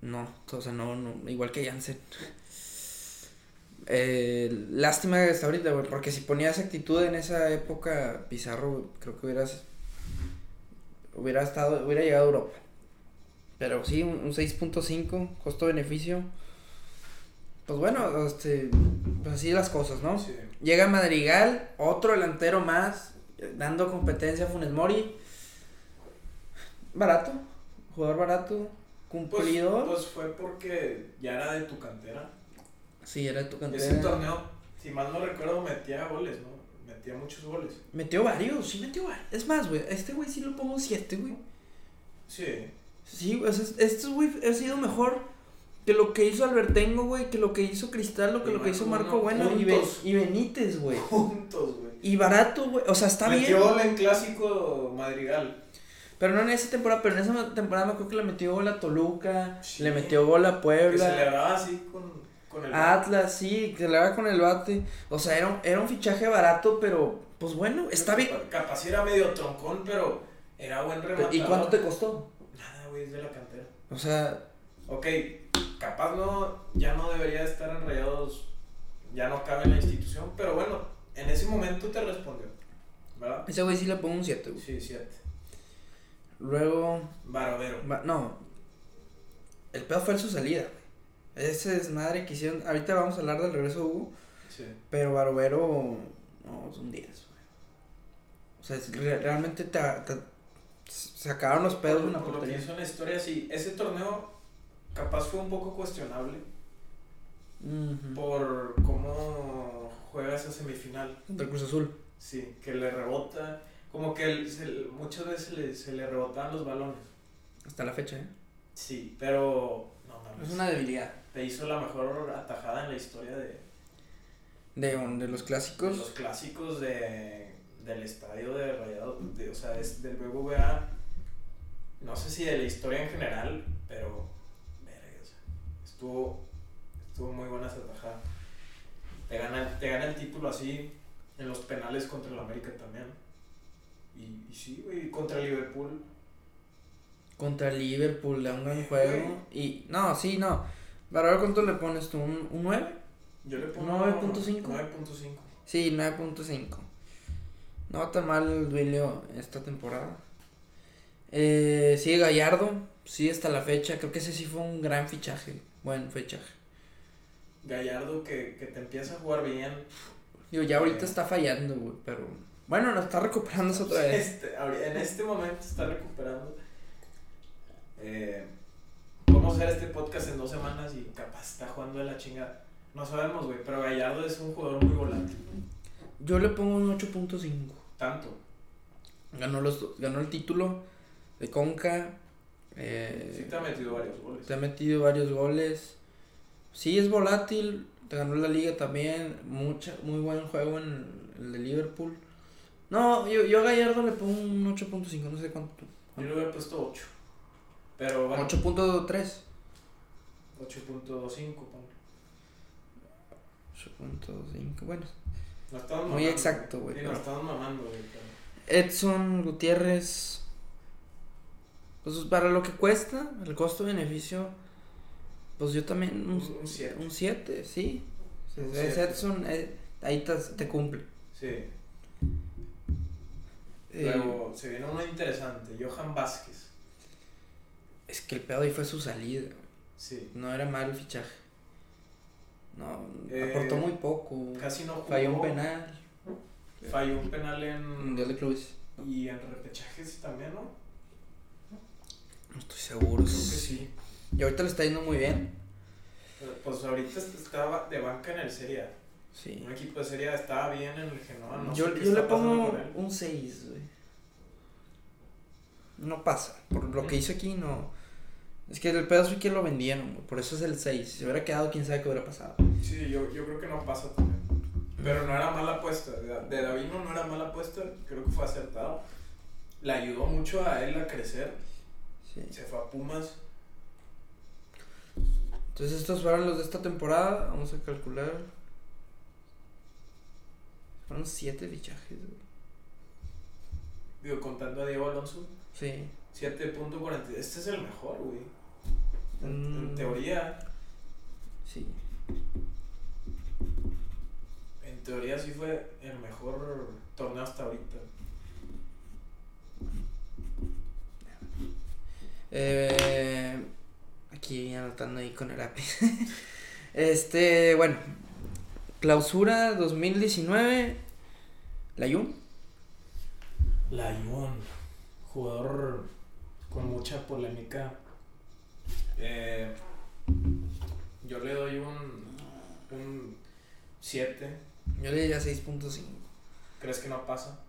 Speaker 1: no, o sea, no, no igual que Jansen. Eh, lástima que está ahorita, güey, porque si ponía esa actitud en esa época Pizarro, güey, creo que hubieras hubiera estado hubiera llegado a Europa. Pero sí, un, un 6.5 costo-beneficio. Pues bueno, este pues así las cosas, ¿no?
Speaker 2: sí.
Speaker 1: Llega Madrigal, otro delantero más, eh, dando competencia a Funes Mori. Barato, jugador barato,
Speaker 2: Pues,
Speaker 1: cumplidor.
Speaker 2: pues fue porque ya era de tu cantera.
Speaker 1: sí, era tu
Speaker 2: Ese
Speaker 1: cantera.
Speaker 2: torneo, si mal no recuerdo, metía goles, ¿no? Metía muchos goles.
Speaker 1: Metió varios, sí metió varios. Es más, güey, a este güey sí lo pongo 7, güey.
Speaker 2: Sí, (laughs)
Speaker 1: Sí, güey, o sea, este güey ha sido mejor que lo que hizo Albertengo, güey, que lo que hizo Cristaldo, que
Speaker 2: Y
Speaker 1: lo que hizo Marco
Speaker 2: Marco Bueno,
Speaker 1: Bueno y, Ben-
Speaker 2: juntos.
Speaker 1: y Benítez, güey.
Speaker 2: juntos, güey.
Speaker 1: Y barato, güey. O sea, está bien.
Speaker 2: Metió gol en clásico Madrigal.
Speaker 1: Pero no en esa temporada, pero en esa temporada me acuerdo que le metió gol a Toluca,
Speaker 2: Sí.
Speaker 1: le metió gol a
Speaker 2: Que
Speaker 1: Puebla. Ah,
Speaker 2: celebraba así con, con el
Speaker 1: A Atlas, sí, que le va con el bate. O sea, era un, era un fichaje barato, pero pues bueno, está bien.
Speaker 2: Cap- Capaz sí era medio troncón, pero era buen rematador.
Speaker 1: ¿Y cuánto te costó?
Speaker 2: Nada, güey, es de la cantera.
Speaker 1: O sea,
Speaker 2: Ok, capaz no, ya no debería estar en Rayados, ya no cabe en la institución, pero bueno, en ese momento te respondió, ¿verdad?
Speaker 1: ese güey sí le pongo un 7, güey.
Speaker 2: Sí, siete.
Speaker 1: Luego,
Speaker 2: Barovero.
Speaker 1: va- no. El pedo fue su salida, güey. Ese desmadre que hicieron. Ahorita vamos a hablar del regreso de Hugo,
Speaker 2: Sí.
Speaker 1: pero Barbero, no, es un 10, güey. O sea, es re- realmente te, te- se acabaron los pedos de una
Speaker 2: Por lo que
Speaker 1: portería.
Speaker 2: hizo en la historia, sí. Ese torneo capaz fue un poco cuestionable
Speaker 1: Ujú.
Speaker 2: por cómo juega esa semifinal.
Speaker 1: Contra el Cruz Azul.
Speaker 2: Sí, que le rebota. Como que el- se- muchas veces le- se le rebotaban los balones.
Speaker 1: Hasta la fecha, ¿eh?
Speaker 2: Sí, pero. No, mames,
Speaker 1: Es una debilidad.
Speaker 2: Te hizo la mejor atajada en la historia de,
Speaker 1: De, de los
Speaker 2: de
Speaker 1: clásicos.
Speaker 2: los clásicos de, del estadio de Rayados. de- o sea, es del BBVA. No sé si de la historia en general, pero. verga, o sea, estuvo. Estuvo muy buena esa atajada. Te gana, te gana el título así. En los penales contra el América también. Y, y sí, güey. Contra el Liverpool.
Speaker 1: Contra el Liverpool, le da un gran
Speaker 2: Sí,
Speaker 1: juego. Y no, sí, no. Barbero, ¿cuánto le pones tú? ¿Un, un 9?
Speaker 2: Yo le pongo
Speaker 1: 9.5.
Speaker 2: 9.5.
Speaker 1: Sí, 9.5. No va tan mal el Duilio esta temporada. Eh, sigue Gallardo. Sí, hasta la fecha. Creo que ese sí fue un gran fichaje. Buen fichaje.
Speaker 2: Gallardo que, que te empieza a jugar bien.
Speaker 1: Digo, ya ahorita está fallando, güey. Pero bueno, no está recuperándose otra vez.
Speaker 2: Este, ahori- en este momento está recuperando. Eh, vamos a hacer este podcast en dos semanas y capaz está jugando de la chingada. No sabemos, güey, pero Gallardo es un jugador muy volátil.
Speaker 1: Yo le pongo un 8.5.
Speaker 2: Tanto.
Speaker 1: Ganó, los, ganó el título de Conca. Eh,
Speaker 2: Sí te ha metido varios goles.
Speaker 1: Te ha metido varios goles. Sí, es volátil. Te ganó la liga también. Mucha, muy buen juego en el de Liverpool. No, yo, yo a Gallardo le pongo un 8.5, no sé cuánto. tú.
Speaker 2: Yo le hubiera puesto 8. Pero bueno,
Speaker 1: 8.3.
Speaker 2: 8.5. ponle.
Speaker 1: 8.5, bueno.
Speaker 2: Nos estamos
Speaker 1: Muy
Speaker 2: mamando,
Speaker 1: exacto, güey,
Speaker 2: Sí, nos
Speaker 1: pero-
Speaker 2: estamos mamando, güey. pero-
Speaker 1: Edson Gutiérrez. Pues para lo que cuesta, el costo-beneficio. Pues yo también.
Speaker 2: Un- un siete.
Speaker 1: Un 7, sí.
Speaker 2: Un
Speaker 1: Es
Speaker 2: siete.
Speaker 1: Edson, eh, ahí te, te cumple.
Speaker 2: Sí.
Speaker 1: Eh,
Speaker 2: Luego se viene uno interesante, Johan Vázquez.
Speaker 1: es que el pedo ahí fue su salida.
Speaker 2: Sí.
Speaker 1: No era mal el fichaje. No,
Speaker 2: Eh,
Speaker 1: aportó muy poco.
Speaker 2: Casi no jugó.
Speaker 1: Falló un penal.
Speaker 2: Falló un penal
Speaker 1: Mundial
Speaker 2: en.
Speaker 1: de clubes.
Speaker 2: Y en repechajes también, ¿no?
Speaker 1: No estoy seguro.
Speaker 2: Creo que sí.
Speaker 1: Y ahorita le está yendo muy bien.
Speaker 2: Pero, Pues ahorita estaba de banca en el Serie A.
Speaker 1: Sí.
Speaker 2: Un equipo de Serie A estaba bien en el Genoa. Ah, No
Speaker 1: yo
Speaker 2: sé qué
Speaker 1: yo le
Speaker 2: está pasando
Speaker 1: pongo
Speaker 2: con él.
Speaker 1: un 6, güey. No pasa. Por lo que hizo aquí, no. Es que el pedazo que lo vendieron, güey, Por eso es el 6. Si hubiera quedado, quién sabe qué hubiera pasado.
Speaker 2: Sí, yo, yo creo que no pasa también. Pero no era mala apuesta. De, de Davino no era mala apuesta. Creo que fue acertado. Le ayudó mucho a él a crecer.
Speaker 1: Sí.
Speaker 2: Se fue a Pumas.
Speaker 1: Entonces estos fueron los de esta temporada. Vamos a calcular. Fueron siete fichajes, güey.
Speaker 2: Digo, contando a Diego Alonso.
Speaker 1: Sí.
Speaker 2: 7.40. Este es el mejor, güey. En, en
Speaker 1: Mm.
Speaker 2: teoría.
Speaker 1: Sí.
Speaker 2: En teoría sí fue el mejor torneo hasta ahorita.
Speaker 1: Eh, aquí anotando ahí con el lápiz. (laughs) este, bueno. Clausura 2019. La Jun.
Speaker 2: Layun, jugador con mucha polémica. Eh, yo le doy un un 7.
Speaker 1: Yo le diría 6.5.
Speaker 2: ¿Crees que no pasa?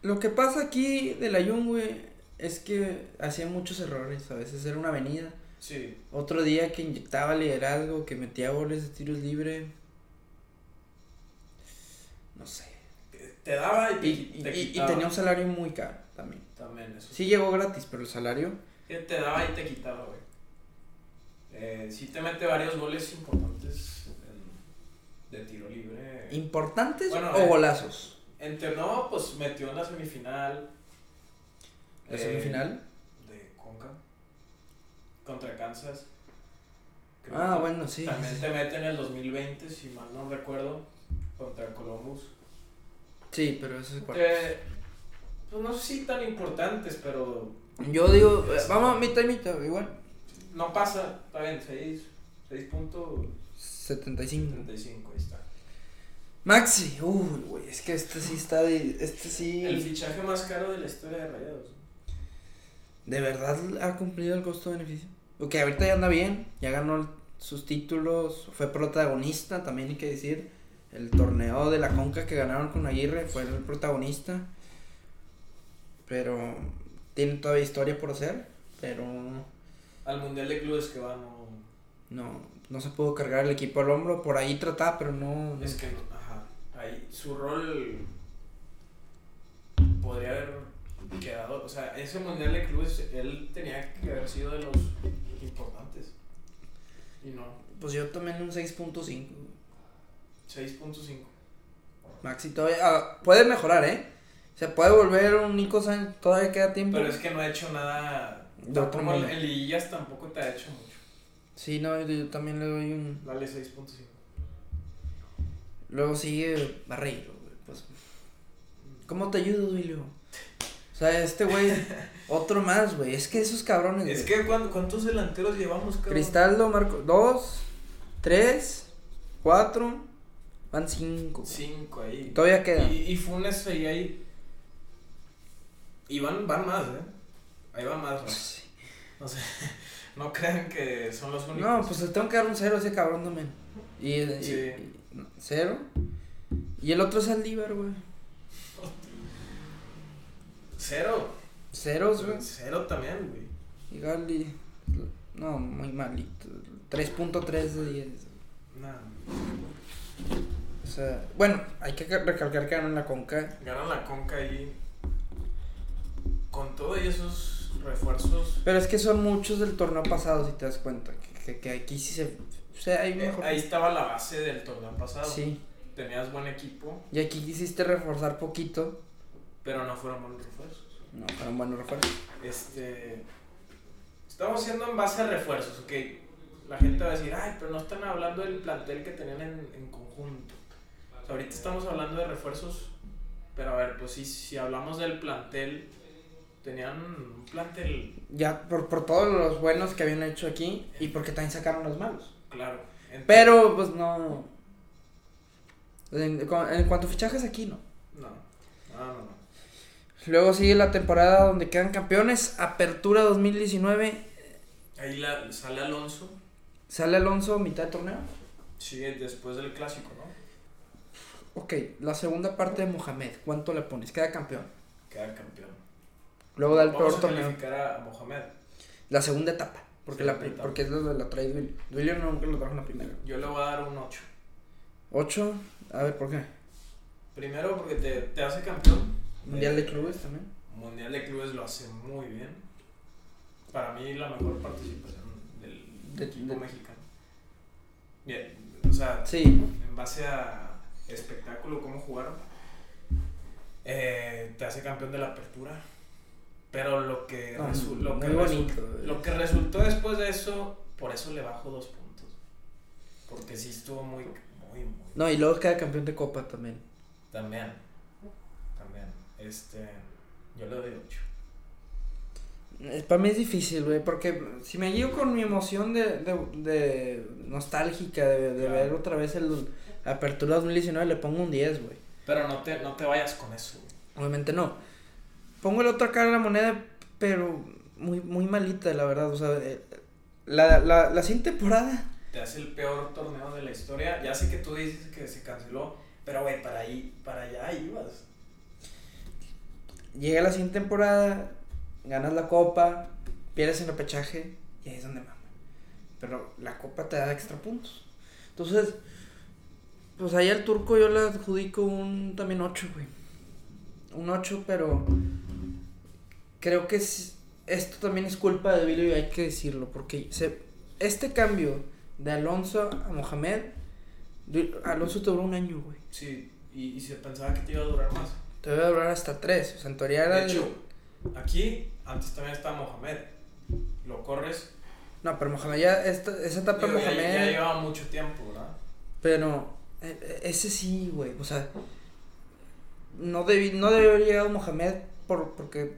Speaker 1: Lo que pasa aquí de la Jun, güey, es que hacía muchos errores. A veces era una avenida.
Speaker 2: Sí,
Speaker 1: Otro día que inyectaba liderazgo, que metía goles de tiros libre. No sé.
Speaker 2: te daba y,
Speaker 1: Y, y-
Speaker 2: te qui- te
Speaker 1: y- y
Speaker 2: quitaba.
Speaker 1: tenía un salario muy caro también.
Speaker 2: También eso. Eh,
Speaker 1: Sí llegó gratis, pero el salario.
Speaker 2: Que Te daba y te quitaba, güey. Eh, sí te mete varios goles importantes en- de tiro libre.
Speaker 1: ¿Importantes
Speaker 2: Bueno,
Speaker 1: o
Speaker 2: eh,
Speaker 1: golazos?
Speaker 2: En Ternó, pues metió en la semifinal.
Speaker 1: ¿La
Speaker 2: eh,
Speaker 1: semifinal?
Speaker 2: De Conca. Contra Kansas. Creo
Speaker 1: Ah,
Speaker 2: que
Speaker 1: bueno, sí.
Speaker 2: También te mete en el 2020, si mal no recuerdo. Contra Columbus.
Speaker 1: Sí, pero eso es
Speaker 2: Que, pues no sé si tan importantes, pero
Speaker 1: Yo digo, eh, vamos, mitad y mitad, igual.
Speaker 2: no pasa. Está bien, 6. 6.75,
Speaker 1: 75.
Speaker 2: ahí está.
Speaker 1: Maxi, uy, güey, es que este sí está de. Este
Speaker 2: El
Speaker 1: sí.
Speaker 2: fichaje más caro de la historia de Rayados.
Speaker 1: ¿De verdad ha cumplido el costo-beneficio? Ok, ahorita ya anda bien, ya ganó el- sus títulos, fue protagonista también, hay que decir. El torneo de la Conca que ganaron con Aguirre fue el protagonista. Pero. Tiene todavía historia por hacer, pero.
Speaker 2: Al Mundial de Clubes que va, no.
Speaker 1: No, no se pudo cargar el equipo al hombro. Por ahí trataba, pero no. no.
Speaker 2: Es que, no, ajá. Ahí su rol podría haber quedado. O sea, ese Mundial de Clubes, él tenía que haber sido de los importantes. Y no,
Speaker 1: Pues yo también un 6.5.
Speaker 2: 6.5.
Speaker 1: Maxi todavía. ah, puede mejorar, ¿eh? Se puede volver un Nico Sánchez. Todavía queda tiempo.
Speaker 2: Pero es que no ha hecho nada.
Speaker 1: De otro
Speaker 2: Como
Speaker 1: mundo.
Speaker 2: el Liguillas tampoco te ha hecho mucho.
Speaker 1: Sí, no, yo, yo también le doy un.
Speaker 2: Dale 6.5.
Speaker 1: Luego sigue Barreiro, güey, Pues. ¿Cómo te ayudo, Duilio? O sea, este
Speaker 2: (laughs)
Speaker 1: güey. otro más, güey. Es que esos cabrones.
Speaker 2: Es
Speaker 1: güey.
Speaker 2: que, ¿cuán- ¿cuántos delanteros llevamos, cabrón?
Speaker 1: Cristaldo marco. Dos, tres, cuatro. Van cinco. güey.
Speaker 2: 5 ahí.
Speaker 1: Todavía queda.
Speaker 2: Y, y Funes seguía ahí. Y van, van más, ¿eh? Ahí van más, ¿no?
Speaker 1: Sí.
Speaker 2: No sé. (laughs) No crean que son los únicos.
Speaker 1: No, pues le tengo que dar un cero a ese cabrón también. Y, y-
Speaker 2: Sí.
Speaker 1: y- no, cero. Y el otro es Aldívar, güey.
Speaker 2: Cero.
Speaker 1: Ceros, Pues, güey.
Speaker 2: Cero también, güey.
Speaker 1: Y Galdi. No, muy malito. 3.3 de 10.
Speaker 2: Nada.
Speaker 1: O sea, bueno, hay que recalcar que ganó en la Conca.
Speaker 2: Ganan la conca ahí. Con todo y esos refuerzos.
Speaker 1: Pero es que son muchos del torneo pasado, si te das cuenta. Que, que- que aquí sí se. O sea, hay
Speaker 2: eh,
Speaker 1: mejor.
Speaker 2: ahí estaba la base del torneo pasado.
Speaker 1: sí.
Speaker 2: Tenías buen equipo,
Speaker 1: Y aquí quisiste reforzar poquito.
Speaker 2: pero no fueron buenos refuerzos.
Speaker 1: No, fueron buenos refuerzos.
Speaker 2: Este. Estamos haciendo en base a refuerzos, ok. La gente va a decir, ay, pero no están hablando del plantel que tenían en, en conjunto. O sea, ahorita estamos hablando de refuerzos, pero a ver, pues sí, si hablamos del plantel, tenían un plantel
Speaker 1: Ya, por, por todos los buenos que habían hecho aquí. Y porque también sacaron los malos.
Speaker 2: claro. Entonces-
Speaker 1: Pero, pues no. En, cu- en cuanto a fichajes, aquí no.
Speaker 2: No, no, no, no.
Speaker 1: Luego sigue la temporada donde quedan campeones. Apertura 2019.
Speaker 2: Ahí la, sale Alonso,
Speaker 1: Sale Alonso mitad de torneo.
Speaker 2: sigue después del clásico, ¿no?
Speaker 1: Ok, la segunda parte de Mohamed. ¿Cuánto le pones? Queda campeón.
Speaker 2: Queda campeón.
Speaker 1: Luego da el
Speaker 2: Vamos
Speaker 1: peor
Speaker 2: a
Speaker 1: torneo.
Speaker 2: calificar a Mohamed.
Speaker 1: La segunda etapa. Porque, la,
Speaker 2: Segunda etapa.
Speaker 1: porque es donde la trae Duilio. Duilio nunca lo trajo en la primera.
Speaker 2: Yo le voy a dar un 8.
Speaker 1: 8. A ver, ¿por qué?
Speaker 2: Primero porque te, te hace campeón. Eh,
Speaker 1: Mundial de clubes también.
Speaker 2: Mundial de Clubes lo hace muy bien. Para mí la mejor participación del
Speaker 1: De-
Speaker 2: equipo
Speaker 1: de-
Speaker 2: mexicano. Bien, o sea,
Speaker 1: Sí.
Speaker 2: en base a espectáculo, cómo jugaron, eh, te hace campeón de la apertura. Pero lo que,
Speaker 1: No,
Speaker 2: resu- lo, que
Speaker 1: ah, muy
Speaker 2: resu-
Speaker 1: bonito. eh.
Speaker 2: lo que resultó después de eso, por eso le bajo dos puntos. Porque sí estuvo muy, muy, muy
Speaker 1: No, y luego queda campeón de Copa también.
Speaker 2: También. También. Este. Yo le doy 8.
Speaker 1: Eh, Para mí es difícil, güey, porque si me guío con mi emoción de, de, de nostálgica de, de
Speaker 2: Claro.
Speaker 1: ver otra vez el Apertura 2019, le pongo un 10, güey.
Speaker 2: Pero no te, no te vayas con eso. güey.
Speaker 1: Obviamente no. Pongo la otra cara de la moneda, pero muy, muy malita, la verdad. O sea, eh, la, la, la siguiente temporada.
Speaker 2: Te hace el peor torneo de la historia. Ya sé que tú dices que se canceló. Pero, güey, para, ahí, para allá ibas.
Speaker 1: Llega la siguiente temporada, ganas la copa, pierdes en repechaje y ahí es donde mama. Pero la copa te da extra puntos. Entonces, pues ahí al turco yo le adjudico un también 8, güey. Un 8, pero creo que es- esto también es culpa de Billy y hay que decirlo, porque se, este cambio de Alonso a Mohamed, du- Alonso te duró un año, güey.
Speaker 2: Sí, y, y se pensaba que te iba a durar más.
Speaker 1: Te voy a durar hasta tres. O sea, en teoría era
Speaker 2: De
Speaker 1: el-
Speaker 2: hecho, aquí antes también estaba Mohamed. Lo corres.
Speaker 1: No, pero Mohamed ya, esta- esa etapa de
Speaker 2: digo, ya,
Speaker 1: Mohamed.
Speaker 2: ya llevaba mucho tiempo, ¿verdad?
Speaker 1: Pero eh, eh, ese sí, güey. O sea, no, debí, no debió haber llegado Mohamed por, porque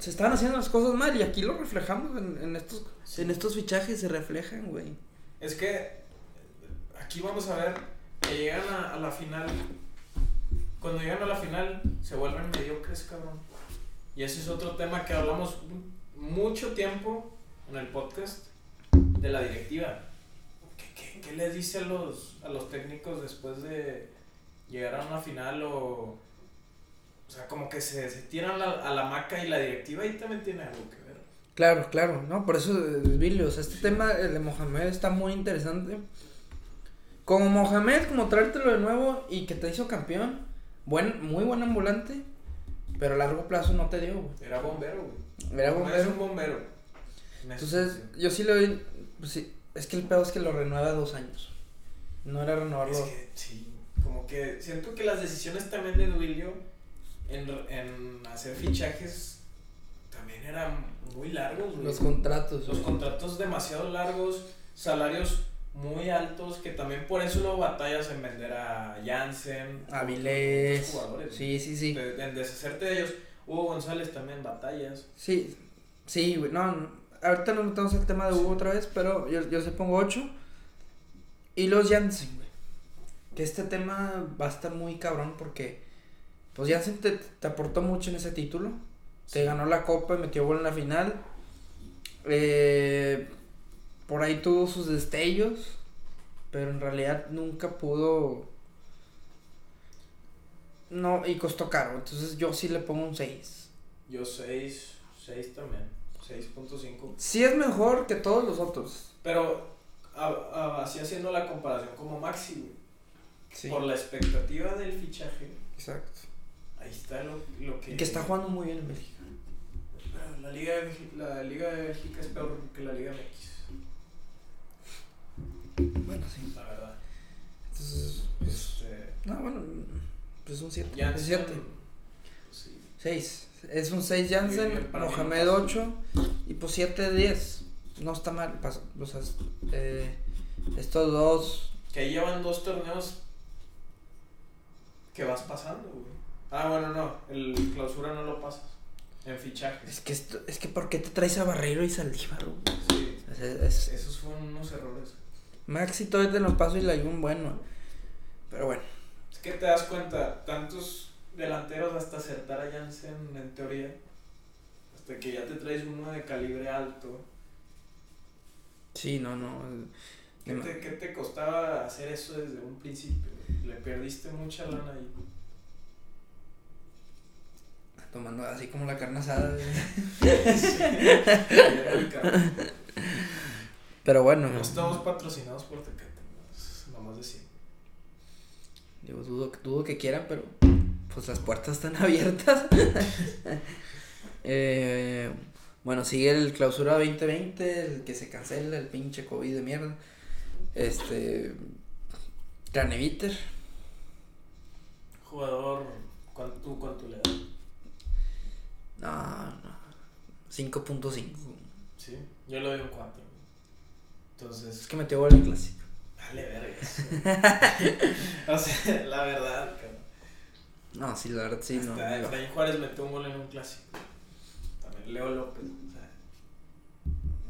Speaker 1: se estaban haciendo las cosas mal y aquí lo reflejamos en, en estos
Speaker 2: Sí.
Speaker 1: en estos fichajes se reflejan, güey.
Speaker 2: Es que eh, aquí vamos a ver que llegan a, a la final. Cuando llegan a la final, se vuelven mediocres, cabrón. Y ese es otro tema que hablamos mu- mucho tiempo en el podcast de la directiva. ¿Qué, qué, qué les dice a los, a los técnicos después de llegar a una final o. O sea, como que se, se tiran la- a la maca y la directiva ahí también tiene algo que ver.
Speaker 1: Claro, claro, ¿no? Por eso, eh, Billy, o sea, este tema el de Mohamed está muy interesante. Como Mohamed, como traértelo de nuevo y que te hizo campeón, buen, muy buen ambulante, pero a largo plazo no te dio, güey.
Speaker 2: Era bombero, güey.
Speaker 1: Era
Speaker 2: No
Speaker 1: bombero.
Speaker 2: Es un bombero. En esa
Speaker 1: Entonces,
Speaker 2: posición.
Speaker 1: yo sí le doy. pues sí, es que el pedo es que lo renueva dos años. No era renovarlo.
Speaker 2: Es que, sí, como que siento que las decisiones también de Duilio en, en hacer fichajes también eran muy largos, güey.
Speaker 1: los contratos.
Speaker 2: Los
Speaker 1: güey.
Speaker 2: contratos demasiado largos, salarios muy altos, que también por eso luego batallas en vender a Jansen,
Speaker 1: Avilés.
Speaker 2: otros jugadores,
Speaker 1: Sí, sí, sí.
Speaker 2: de- en deshacerte de ellos. Hugo González también batallas.
Speaker 1: Sí, sí, güey. No, no, ahorita nos metemos al tema de Hugo otra vez, pero yo, yo se pongo 8. Y los Jansen, güey. Que este tema va a estar muy cabrón porque. Pues Jansen te, te aportó mucho en ese título. Te ganó la copa, metió gol en la final. Eh, por ahí tuvo sus destellos. Pero en realidad nunca pudo. No, y costó caro. Entonces yo sí le pongo un 6.
Speaker 2: Yo 6, 6 también, 6.5.
Speaker 1: Sí es mejor que todos los otros.
Speaker 2: Pero a- a- así haciendo la comparación como Maxi, güey.
Speaker 1: Sí.
Speaker 2: por la expectativa del fichaje,
Speaker 1: Exacto.
Speaker 2: ahí está lo, lo que...
Speaker 1: Y que está jugando muy bien en Bélgica.
Speaker 2: Pero La Liga, de, Mex- la Liga de Bélgica es peor que la Liga MX,
Speaker 1: Bueno, sí.
Speaker 2: la verdad.
Speaker 1: Entonces, pues.
Speaker 2: Este,
Speaker 1: No, bueno. Pues un 7.
Speaker 2: Jansen,
Speaker 1: 7.
Speaker 2: sí.
Speaker 1: 6. Es un 6
Speaker 2: Sí,
Speaker 1: Jansen,
Speaker 2: para mí
Speaker 1: Mohamed
Speaker 2: no pasa.
Speaker 1: 8 y pues 7 10. No está mal. pasa- o sea, es- eh, estos dos.
Speaker 2: Que ahí llevan dos torneos que vas pasando, güey. Ah, bueno, no, el clausura no lo pasas, en fichajes.
Speaker 1: Es que, esto- es que ¿por qué te traes a Barreiro y Saldívar? güey?
Speaker 2: Sí,
Speaker 1: O sea, es-
Speaker 2: esos fueron unos errores.
Speaker 1: Maxi todavía te lo paso y la un bueno. Pero bueno.
Speaker 2: Es que te das cuenta, tantos delanteros hasta acertar a Jansen en teoría, hasta que ya te traes uno de calibre alto.
Speaker 1: Sí, no, eh, no.
Speaker 2: ¿Qué te, qué te costaba hacer eso desde un principio? Le perdiste mucha
Speaker 1: (laughs)
Speaker 2: lana (laughs) ahí.
Speaker 1: Tomando así como la carne asada. güey. Pero bueno.
Speaker 2: no Pues estamos patrocinados por Tecate, es nomás decir.
Speaker 1: Digo, dudo, dudo que quieran, pero pues las puertas están (laughs) abiertas. Eh, bueno, sigue el clausura 2020, el que se cancela, el pinche COVID de mierda. Este. Craneviter,
Speaker 2: Jugador, ¿cuánto, ¿tú cuánto le das?
Speaker 1: no, no. 5.5.
Speaker 2: ¿Sí? Yo le doy un 4.
Speaker 1: Es
Speaker 2: Entonces,
Speaker 1: que metió gol en clásico.
Speaker 2: dale verga. eso.
Speaker 1: (laughs)
Speaker 2: o sea, la verdad, cabrón.
Speaker 1: No, sí, la verdad, sí, no.
Speaker 2: Hasta Efraín Juárez metió un gol en un clásico. También Leo López. o sea,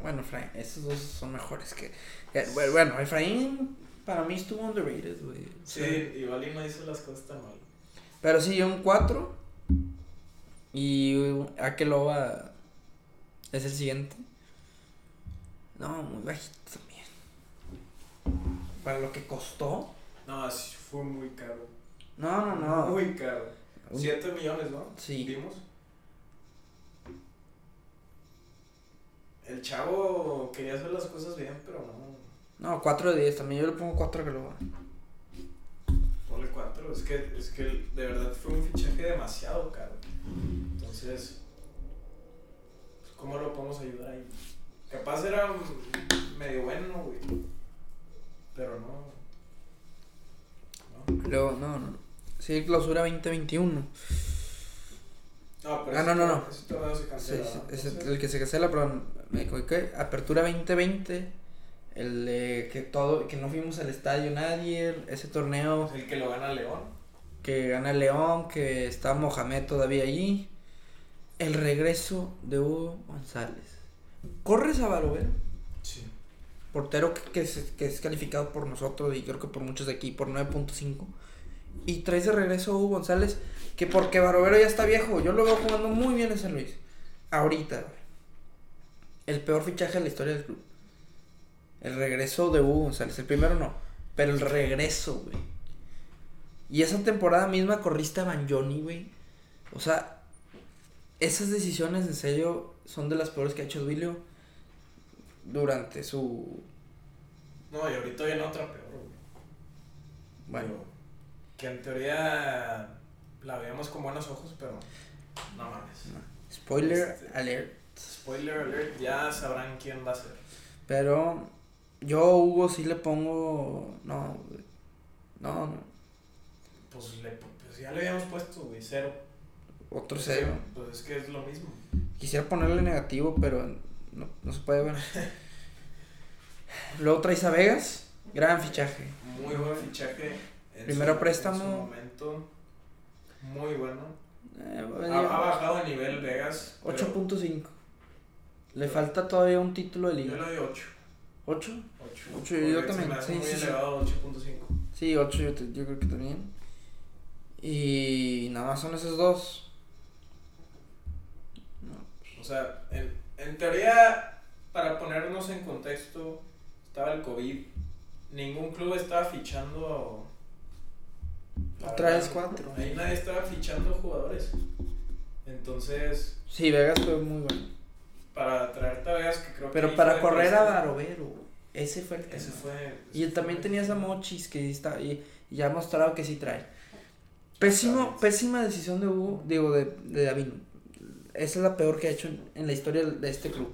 Speaker 1: Bueno, Efraín, esos dos son mejores que. eh, bueno, Bueno, Efraín para mí estuvo underrated, güey. O
Speaker 2: sí,
Speaker 1: sea,
Speaker 2: igual y no hizo las cosas tan mal.
Speaker 1: Pero sí, un 4. Y un- Akeloba es el siguiente. No, muy bajito también. Para lo que costó.
Speaker 2: No, sí, fue muy caro.
Speaker 1: No, no, no.
Speaker 2: Muy caro.
Speaker 1: Un-
Speaker 2: 7 millones, ¿no?
Speaker 1: Sí.
Speaker 2: Vimos. El chavo quería hacer las cosas bien, pero no.
Speaker 1: No, 4 de 10 también. Yo le pongo 4 a Akeloba.
Speaker 2: Ponle 4. Es que, es que de verdad fue un fichaje demasiado caro. Entonces, pues, ¿cómo lo podemos ayudar ahí? Capaz era un- medio bueno, güey. Pero no. No,
Speaker 1: Luego, no, no. Sí, clausura 2021.
Speaker 2: no pero
Speaker 1: Ah, no,
Speaker 2: ese
Speaker 1: no,
Speaker 2: tor-
Speaker 1: no.
Speaker 2: Ese torneo se
Speaker 1: Sí,
Speaker 2: cancela.
Speaker 1: sí, es
Speaker 2: entonces.
Speaker 1: el que se cancela, perdón. Me equivoqué. Apertura 2020. El de que todo, que no fuimos al estadio nadie. el- Ese torneo
Speaker 2: El que lo gana León.
Speaker 1: que gana el León, que está Mohamed todavía allí. El regreso de Hugo González. Corres a Barovero,
Speaker 2: Sí.
Speaker 1: portero que, que es, que es calificado por nosotros y creo que por muchos de aquí por 9.5. Y traes de regreso a Hugo González, que porque Barovero ya está viejo, yo lo veo jugando muy bien en San Luis. Ahorita, güey. el peor fichaje de la historia del club. El regreso de Hugo González, el primero no, pero el regreso, güey. Y esa temporada misma corriste a Banjoni, güey. O sea, esas decisiones en serio son de las peores que ha hecho Duilio durante su
Speaker 2: No, y ahorita viene otra peor, güey.
Speaker 1: Bueno,
Speaker 2: Digo, Que en teoría la veíamos con buenos ojos, pero no mames.
Speaker 1: spoiler
Speaker 2: Este.
Speaker 1: alert.
Speaker 2: Spoiler alert, ya sabrán quién va a ser.
Speaker 1: Pero yo a Hugo sí le pongo. No, güey. no, no.
Speaker 2: Pues, le, pues ya le habíamos puesto, güey, cero.
Speaker 1: Otro
Speaker 2: Pues,
Speaker 1: cero.
Speaker 2: sí, Pues es que es lo mismo.
Speaker 1: Quisiera ponerle negativo, pero no, no se puede
Speaker 2: (laughs)
Speaker 1: ver. Luego traes a Vegas. Gran fichaje.
Speaker 2: Muy buen fichaje. en
Speaker 1: Primero
Speaker 2: su-
Speaker 1: préstamo.
Speaker 2: En su momento. Muy bueno.
Speaker 1: Eh,
Speaker 2: Ha,
Speaker 1: bueno,
Speaker 2: ha bajado de nivel Vegas. Ah, pero
Speaker 1: 8.5. Le
Speaker 2: pero-
Speaker 1: falta todavía un título de
Speaker 2: Yo le
Speaker 1: liga.
Speaker 2: doy 8.
Speaker 1: ¿8?
Speaker 2: 8.
Speaker 1: Ocho, yo también,
Speaker 2: Se me hace
Speaker 1: sí,
Speaker 2: muy
Speaker 1: sí, sí.
Speaker 2: elevado 8.5.
Speaker 1: Sí, 8 yo, te- yo creo que también. Y nada más son esos dos. No,
Speaker 2: O sea, en, en teoría, para ponernos en contexto, estaba el COVID. Ningún club estaba fichando. la
Speaker 1: Otra
Speaker 2: verdad, eh.
Speaker 1: vez cuatro.
Speaker 2: Ahí nadie estaba fichando jugadores. Entonces,
Speaker 1: Sí, Vegas fue muy bueno.
Speaker 2: para traerte a Vegas, que creo que.
Speaker 1: Pero
Speaker 2: ahí
Speaker 1: para
Speaker 2: fue
Speaker 1: correr
Speaker 2: todo
Speaker 1: a
Speaker 2: este-
Speaker 1: Barovero, güey, ese fue el tema.
Speaker 2: Ese fue.
Speaker 1: y él también tenías a Mochis que está, y, y ya ha mostrado que sí trae. Pésimo,
Speaker 2: Exactamente.
Speaker 1: pésima decisión de Hugo, digo, de, de Davino. Esa es la peor que ha hecho en, en la historia de este club.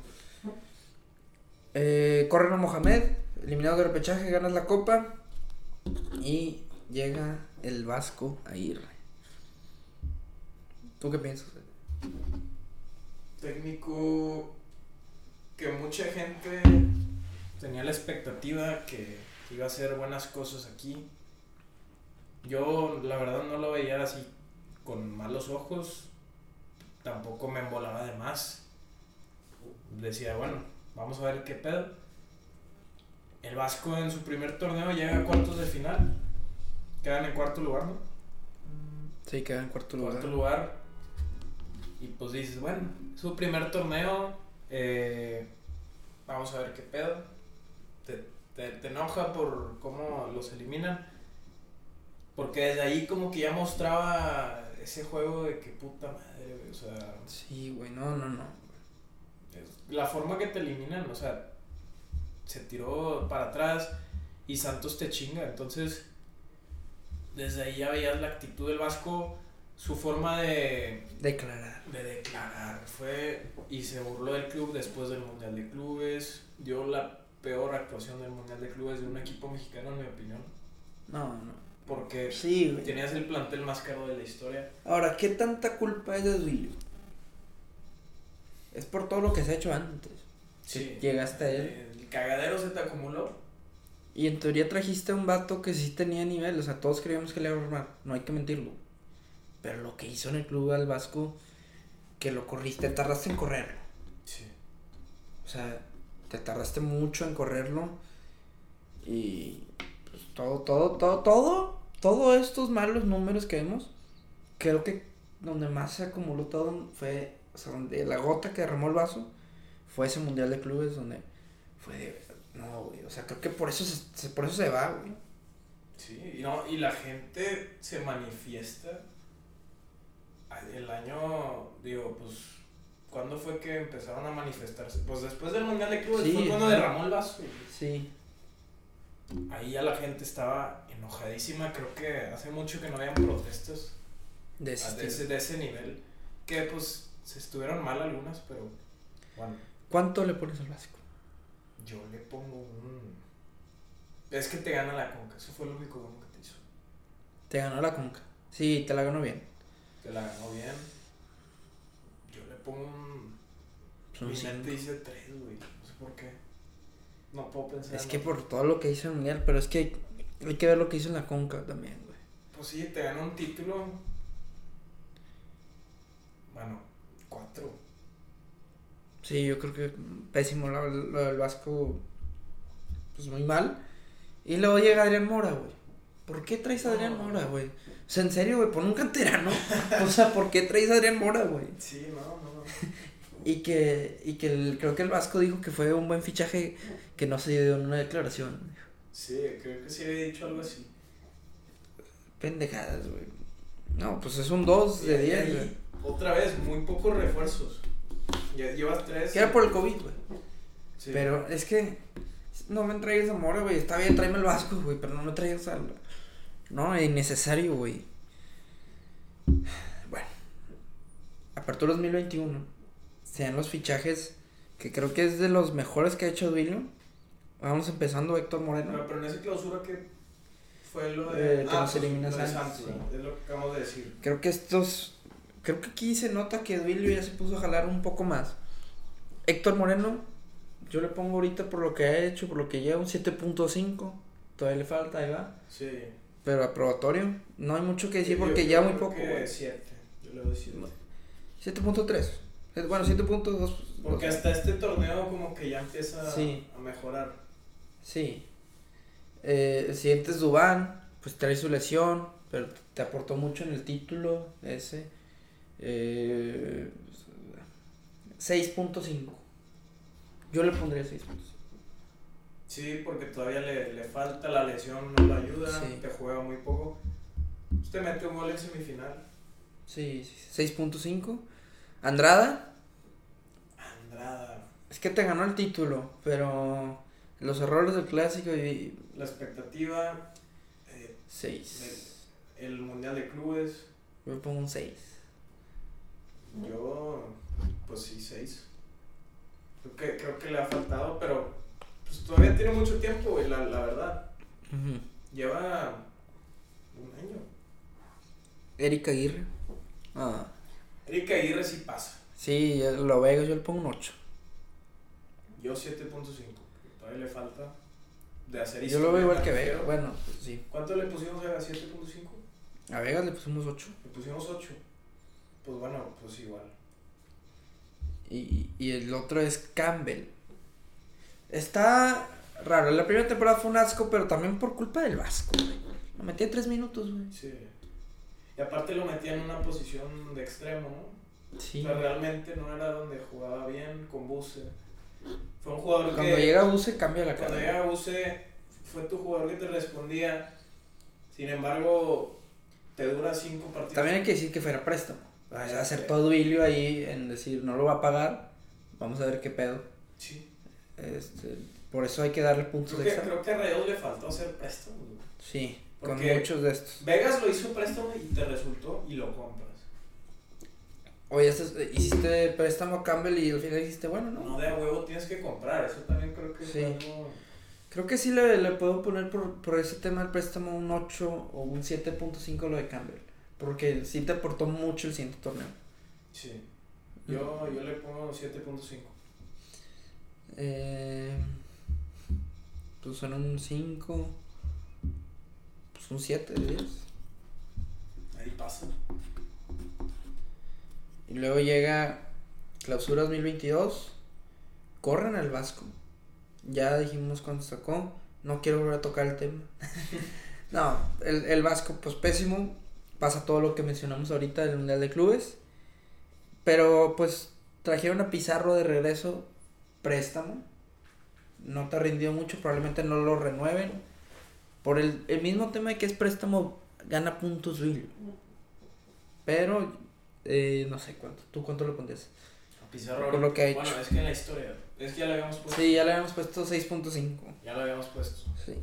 Speaker 1: Eh, corren a Mohamed, eliminado de repechaje, ganas la copa. Y llega el Vasco Aguirre. ¿Tú qué piensas?
Speaker 2: Técnico que mucha gente tenía la expectativa que iba a hacer buenas cosas aquí. Yo la verdad no lo veía así con malos ojos. Tampoco me embolaba de más. Decía, bueno, vamos a ver qué pedo. El Vasco en su primer torneo llega a cuartos de final. Quedan en cuarto lugar, ¿no?
Speaker 1: Sí, queda en cuarto lugar.
Speaker 2: cuarto lugar. Y pues dices, bueno, su primer torneo. eh, vamos a ver qué pedo. Te, te- te enoja por cómo los eliminan. Porque desde ahí como que ya mostraba ese juego de que puta madre, güey, O sea,
Speaker 1: Sí, güey, no, no, no.
Speaker 2: es- la forma que te eliminan, o sea, se tiró para atrás y Santos te chinga. Entonces, desde ahí ya veías la actitud del Vasco, su forma de,
Speaker 1: Declarar.
Speaker 2: de declarar. Fue y se burló del club después del Mundial de Clubes. Dio la peor actuación del Mundial de Clubes de un equipo mexicano, en mi opinión.
Speaker 1: No, no.
Speaker 2: Porque
Speaker 1: Sí, güey.
Speaker 2: tenías el plantel más caro de la historia.
Speaker 1: Ahora, ¿qué tanta culpa es de Duilio? Es por todo lo que se ha hecho antes. Sí, llegaste a él.
Speaker 2: El cagadero se te acumuló.
Speaker 1: Y en teoría trajiste a un vato que sí tenía nivel. O sea, todos creíamos que le iba a armar. No hay que mentirlo. Pero lo que hizo en el club al Vasco, que lo corriste, tardaste en correrlo.
Speaker 2: Sí.
Speaker 1: O sea, te tardaste mucho en correrlo. Y pues, todo, todo, todo, todo, todos estos malos números que vemos, creo que donde más se acumuló todo fue, o sea, donde la gota que derramó el vaso fue ese Mundial de Clubes donde fue de, no, güey, o sea, creo que por eso se, se- por eso se va, güey.
Speaker 2: Sí, y, no, y la gente se manifiesta. Ay, El año, digo, pues, ¿cuándo fue que empezaron a manifestarse? Pues después del Mundial de Clubes
Speaker 1: Sí.
Speaker 2: fue cuando derramó el vaso. güey.
Speaker 1: Sí,
Speaker 2: Ahí ya la gente estaba enojadísima. Creo que hace mucho que no habían protestas
Speaker 1: de este, ese
Speaker 2: a-
Speaker 1: estilo.
Speaker 2: de ese, de ese nivel. Que pues se estuvieron mal algunas, pero bueno.
Speaker 1: ¿Cuánto le pones al básico?
Speaker 2: Yo le pongo un. Es que te gana la conca. Eso fue lo único bueno que te hizo.
Speaker 1: Te ganó la conca. Sí, te la ganó bien.
Speaker 2: Te la ganó bien. Yo le pongo un.
Speaker 1: Son
Speaker 2: Mi
Speaker 1: cinco.
Speaker 2: mente dice tres, güey. No sé por qué. No puedo pensar.
Speaker 1: Es
Speaker 2: en
Speaker 1: que
Speaker 2: otro.
Speaker 1: por todo lo que hizo en él, pero es que hay que ver lo que hizo en la conca también, güey.
Speaker 2: Pues sí, te gana un título. Bueno, cuatro.
Speaker 1: Sí, yo creo que pésimo lo, lo del Vasco, pues muy mal. Y luego llega Adrián Mora, güey. ¿Por qué traes a Adrián
Speaker 2: No.
Speaker 1: Mora, güey? O sea, en serio, güey, pon un canterano. O sea, ¿por qué traes a Adrián Mora, güey?
Speaker 2: Sí, no, no, no.
Speaker 1: Y que, y que el- creo que el Vasco dijo que fue un buen fichaje que no se dio en una declaración.
Speaker 2: Sí, creo que sí había dicho algo así.
Speaker 1: Pendejadas, güey. No, pues es un 2 de
Speaker 2: Y
Speaker 1: 10,
Speaker 2: ahí,
Speaker 1: güey.
Speaker 2: Otra vez, muy pocos refuerzos. Ya llevas tres.
Speaker 1: Que era por el COVID, güey.
Speaker 2: Sí.
Speaker 1: Pero es que no me traigas a Mora, güey. Está bien, tráeme el Vasco, güey, pero no me traigas al. No, es innecesario, güey. Bueno. Apertura 2021. Sean los fichajes que creo que es de los mejores que ha hecho Duilio. Vamos empezando Héctor Moreno.
Speaker 2: Pero, pero en esa clausura que fue lo de. ah, pues,
Speaker 1: Eh, que nos elimina
Speaker 2: lo de
Speaker 1: Santos,
Speaker 2: Santos, Es lo que acabamos de decir.
Speaker 1: Creo que estos. Creo que aquí se nota que Duilio ya se puso a jalar un poco más. Héctor Moreno, yo le pongo ahorita por lo que ha hecho, por lo que lleva un 7.5. Todavía le falta, ahí va.
Speaker 2: Sí.
Speaker 1: Pero aprobatorio. No hay mucho que decir
Speaker 2: Yo-
Speaker 1: porque
Speaker 2: yo
Speaker 1: ya
Speaker 2: creo
Speaker 1: muy poco,
Speaker 2: que
Speaker 1: güey.
Speaker 2: siete. Yo le doy siete.
Speaker 1: 7.3. Eh, Bueno, 7.2.
Speaker 2: Porque hasta este torneo, como que ya empieza
Speaker 1: Sí.
Speaker 2: a mejorar.
Speaker 1: Sí. Eh, el siguiente es Dubán. Pues trae su lesión. Pero te aportó mucho en el título ese. Eh, 6.5. Yo le pondría 6.5.
Speaker 2: Sí, porque todavía le, le falta la lesión, no lo ayuda,
Speaker 1: Sí.
Speaker 2: te juega muy poco. Usted mete un gol en semifinal.
Speaker 1: Sí, sí, sí, 6.5. Andrada.
Speaker 2: Andrada,
Speaker 1: Es que te ganó el título. Pero los errores del clásico y.
Speaker 2: la expectativa, eh,
Speaker 1: 6.
Speaker 2: el Mundial de Clubes,
Speaker 1: Yo le pongo un 6.
Speaker 2: yo, pues sí, seis. Creo que, creo que le ha faltado, pero pues, todavía tiene mucho tiempo, güey, la, la verdad. Lleva un año.
Speaker 1: Erika Aguirre. Ah,
Speaker 2: Erika Aguirre sí pasa.
Speaker 1: sí, yo- lo veo, yo le pongo un 8.
Speaker 2: Yo 7.5. Todavía le falta de hacer
Speaker 1: Yo lo veo igual que
Speaker 2: me
Speaker 1: Vega.
Speaker 2: refiero.
Speaker 1: Bueno, pues sí.
Speaker 2: ¿Cuánto le pusimos a 7.5?
Speaker 1: A Vegas le pusimos 8.
Speaker 2: Le pusimos 8. Pues bueno, pues igual.
Speaker 1: Y, y el otro es Campbell. Está raro. La primera temporada fue un asco, pero también por culpa del Vasco, güey. Lo metí a 3 minutos, güey.
Speaker 2: Sí. Y aparte lo metía en una posición de extremo, ¿no?
Speaker 1: Sí.
Speaker 2: O sea, realmente no era donde jugaba bien con Buse. Fue un jugador
Speaker 1: Cuando
Speaker 2: que.
Speaker 1: llega Buse cambia la
Speaker 2: cuando
Speaker 1: cara.
Speaker 2: llega Buse, fue tu jugador que te respondía. Sin embargo, te dura 5 partidos.
Speaker 1: También hay que decir que fuera préstamo. O sea, acertó Duilio ahí en decir no lo va a pagar. Vamos a ver qué pedo.
Speaker 2: Sí.
Speaker 1: Este, por eso hay que darle puntos
Speaker 2: Creo que,
Speaker 1: extra.
Speaker 2: creo que a Rayados le faltó hacer préstamo. güey.
Speaker 1: Sí, con
Speaker 2: Porque-
Speaker 1: muchos de estos.
Speaker 2: Vegas lo hizo préstamo y te resultó y lo compras.
Speaker 1: Oye, estos- eh, hiciste préstamo a Campbell y al final dijiste, bueno, no.
Speaker 2: No de a huevo tienes que comprar, eso también creo que
Speaker 1: Sí.
Speaker 2: es algo.
Speaker 1: Creo que sí le, le puedo poner por, por ese tema del préstamo un 8 o un 7.5 lo de Campbell. Porque sí te aportó mucho el siguiente torneo.
Speaker 2: Sí. Yo, yo le pongo 7.5.
Speaker 1: Eh, pues son un 5. Pues un 7 de 10.
Speaker 2: Ahí pasa.
Speaker 1: Y luego llega Clausura 2022. Corren al Vasco. Ya dijimos cuando sacó. No quiero volver a tocar el tema. (laughs) no, el, el Vasco, pues pésimo. Pasa todo lo que mencionamos ahorita del Mundial de Clubes. Pero pues trajeron a Pizarro de regreso préstamo. No te rindió mucho, probablemente no lo renueven. Por el, el mismo tema de que es préstamo, gana puntos Bill. Pero eh, no sé cuánto. ¿Tú cuánto lo pondrías?
Speaker 2: Pizarro.
Speaker 1: Por lo que ha
Speaker 2: Bueno,
Speaker 1: hecho.
Speaker 2: es que en la historia. Es que ya lo habíamos puesto.
Speaker 1: Sí, ya le habíamos puesto 6.5.
Speaker 2: Ya lo habíamos puesto.
Speaker 1: Sí.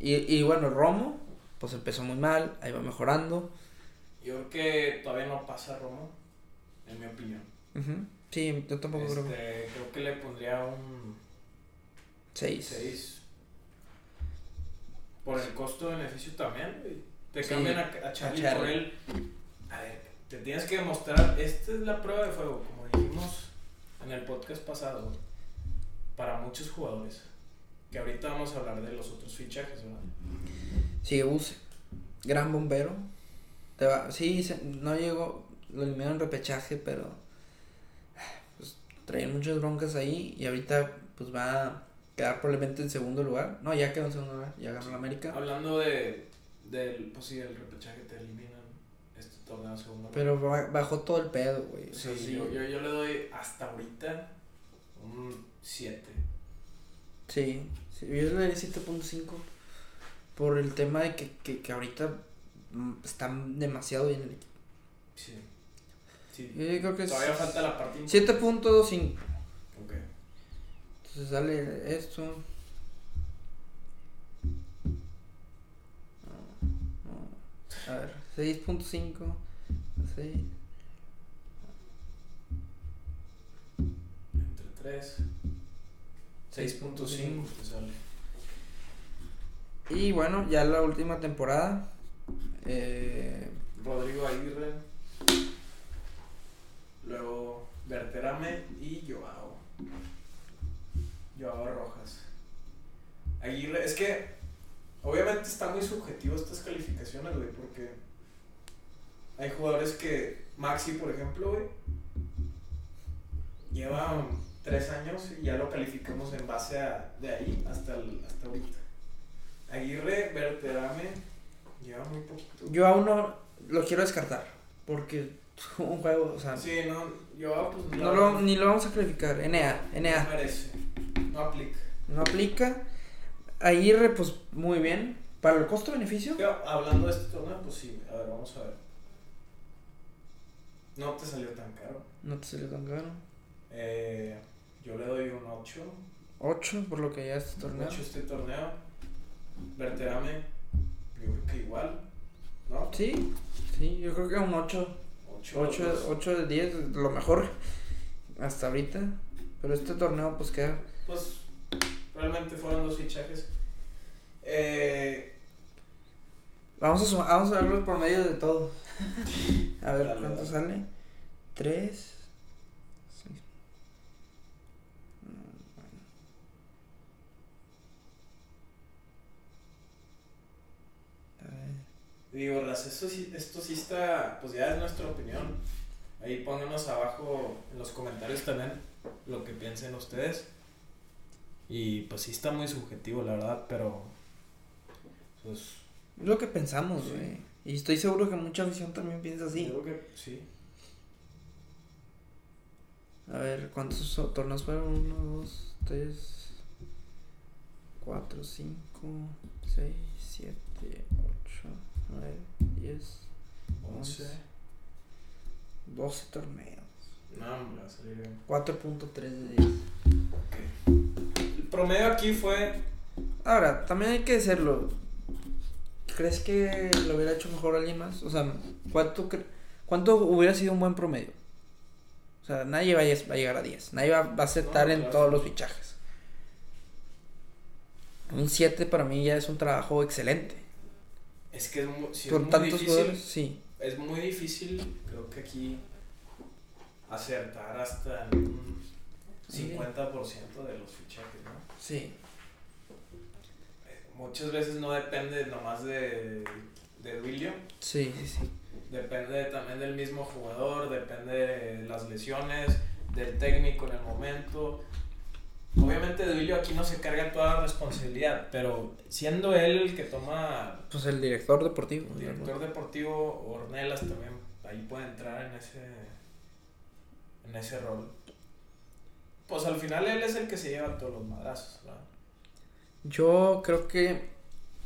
Speaker 1: Y, y bueno, Romo, pues empezó muy mal, ahí va mejorando.
Speaker 2: Yo creo que todavía no pasa Romo, en mi opinión.
Speaker 1: Ujú. Sí, yo tampoco
Speaker 2: Este,
Speaker 1: creo.
Speaker 2: creo que le pondría un
Speaker 1: Seis.
Speaker 2: 6. Por el costo-beneficio también, güey. Te
Speaker 1: Sí,
Speaker 2: cambian a, a Charlie
Speaker 1: Charlie.
Speaker 2: por él. A ver, te tienes que demostrar. Esta es la prueba de fuego, como dijimos en el podcast pasado, güey, para muchos jugadores. Que ahorita vamos a hablar de los otros fichajes, ¿verdad?
Speaker 1: Sigue Buse. Gran bombero. Te va- Sí, se- no llegó. Lo eliminaron en repechaje, pero. Pues traían muchas broncas ahí. Y ahorita, pues va a quedar probablemente en segundo lugar. No, ya quedó en segundo lugar. Ya ganó la América.
Speaker 2: Hablando de, del, pues sí, del repechaje te eliminan este torneo segundo.
Speaker 1: Pero ba- bajó todo el pedo, güey. O
Speaker 2: O
Speaker 1: sea,
Speaker 2: sea,
Speaker 1: sí.
Speaker 2: yo, yo, yo le doy hasta ahorita un 7.
Speaker 1: Sí, sí, yo le daría 7.5 por el tema de que, que, que ahorita mm, están demasiado bien el equipo.
Speaker 2: Sí. Sí.
Speaker 1: Yo creo que es
Speaker 2: Todavía falta la parte
Speaker 1: 7.25.
Speaker 2: Ok.
Speaker 1: Entonces sale esto. No, no. A ver, 6.5. Así.
Speaker 2: Entre 3. 6.5 te sale.
Speaker 1: Y bueno, ya la última temporada. Eh,
Speaker 2: Rodrigo Aguirre. Luego Verterame y Joao. Joao Rojas. Aguirre, es que obviamente está muy subjetivo estas calificaciones, güey, porque hay jugadores que, Maxi, por ejemplo, güey, lleva tres años y ya lo calificamos en base a de ahí hasta, el- hasta ahorita. Aguirre, Verterame, lleva muy poquito.
Speaker 1: yo aún no lo quiero descartar. Porque (laughs) tuvo un juego, o sea,
Speaker 2: Sí, no, yo pues
Speaker 1: no lo- ni lo vamos a calificar. NA, NA.
Speaker 2: No merece, no aplica.
Speaker 1: No aplica. Aguirre, pues muy bien. Para el costo-beneficio,
Speaker 2: Pero hablando de este torneo, pues sí, a ver, vamos a ver. No te salió tan caro.
Speaker 1: no te salió tan caro.
Speaker 2: Eh, yo le doy un 8.
Speaker 1: 8 por lo que ya este
Speaker 2: Un
Speaker 1: torneo.
Speaker 2: 8 este torneo. Verterame, yo creo que igual, ¿no?
Speaker 1: Sí, sí, yo creo que un 8.
Speaker 2: 8.
Speaker 1: 8, de 10, lo mejor hasta ahorita. Pero este torneo, pues queda.
Speaker 2: Pues realmente fueron dos fichajes. Eh,
Speaker 1: Vamos a, suma- vamos a verlo por medio de todo. A ver
Speaker 2: Dale,
Speaker 1: cuánto
Speaker 2: dale.
Speaker 1: sale. 3. A ver.
Speaker 2: Digo, Raz, esto sí, esto sí está, pues ya es nuestra opinión. Ahí pónganos abajo en los comentarios también lo que piensen ustedes. Y pues sí está muy subjetivo, la verdad, pero pues
Speaker 1: Es lo que pensamos,
Speaker 2: Sí.
Speaker 1: güey. Y estoy seguro que mucha afición también piensa así.
Speaker 2: creo que sí.
Speaker 1: A ver, ¿cuántos so- torneos fueron? Uno, dos, tres, cuatro, cinco, seis, siete, ocho, nueve, diez,
Speaker 2: 11.
Speaker 1: doce torneos.
Speaker 2: No, hombre, va a salir bien.
Speaker 1: 4.3 de 10.
Speaker 2: El promedio aquí fue
Speaker 1: Ahora, también hay que decirlo. ¿Crees que lo hubiera hecho mejor alguien más? O sea, ¿cuánto, cre- cuánto hubiera sido un buen promedio? O sea, nadie va a lles- va a llegar a 10. Nadie va, va a aceptar
Speaker 2: No,
Speaker 1: en
Speaker 2: claro.
Speaker 1: todos los fichajes. Un 7 para mí ya es un trabajo excelente.
Speaker 2: es que es muy, sí, es
Speaker 1: Por
Speaker 2: muy
Speaker 1: tantos
Speaker 2: difícil.
Speaker 1: jugadores, sí.
Speaker 2: Es muy difícil, creo que aquí acertar hasta un 50% de los fichajes, ¿no?
Speaker 1: Sí.
Speaker 2: Muchas veces no depende nomás de, de Duilio,
Speaker 1: Sí, sí, sí.
Speaker 2: depende también del mismo jugador, depende de las lesiones, del técnico en el momento. Obviamente Duilio aquí no se carga toda la responsabilidad, pero siendo él el que toma
Speaker 1: Pues el director deportivo.
Speaker 2: el director deportivo, Ornelas también ahí puede entrar en ese, en ese rol. Pues al final él es el que se lleva todos los madrazos, ¿verdad?
Speaker 1: Yo creo que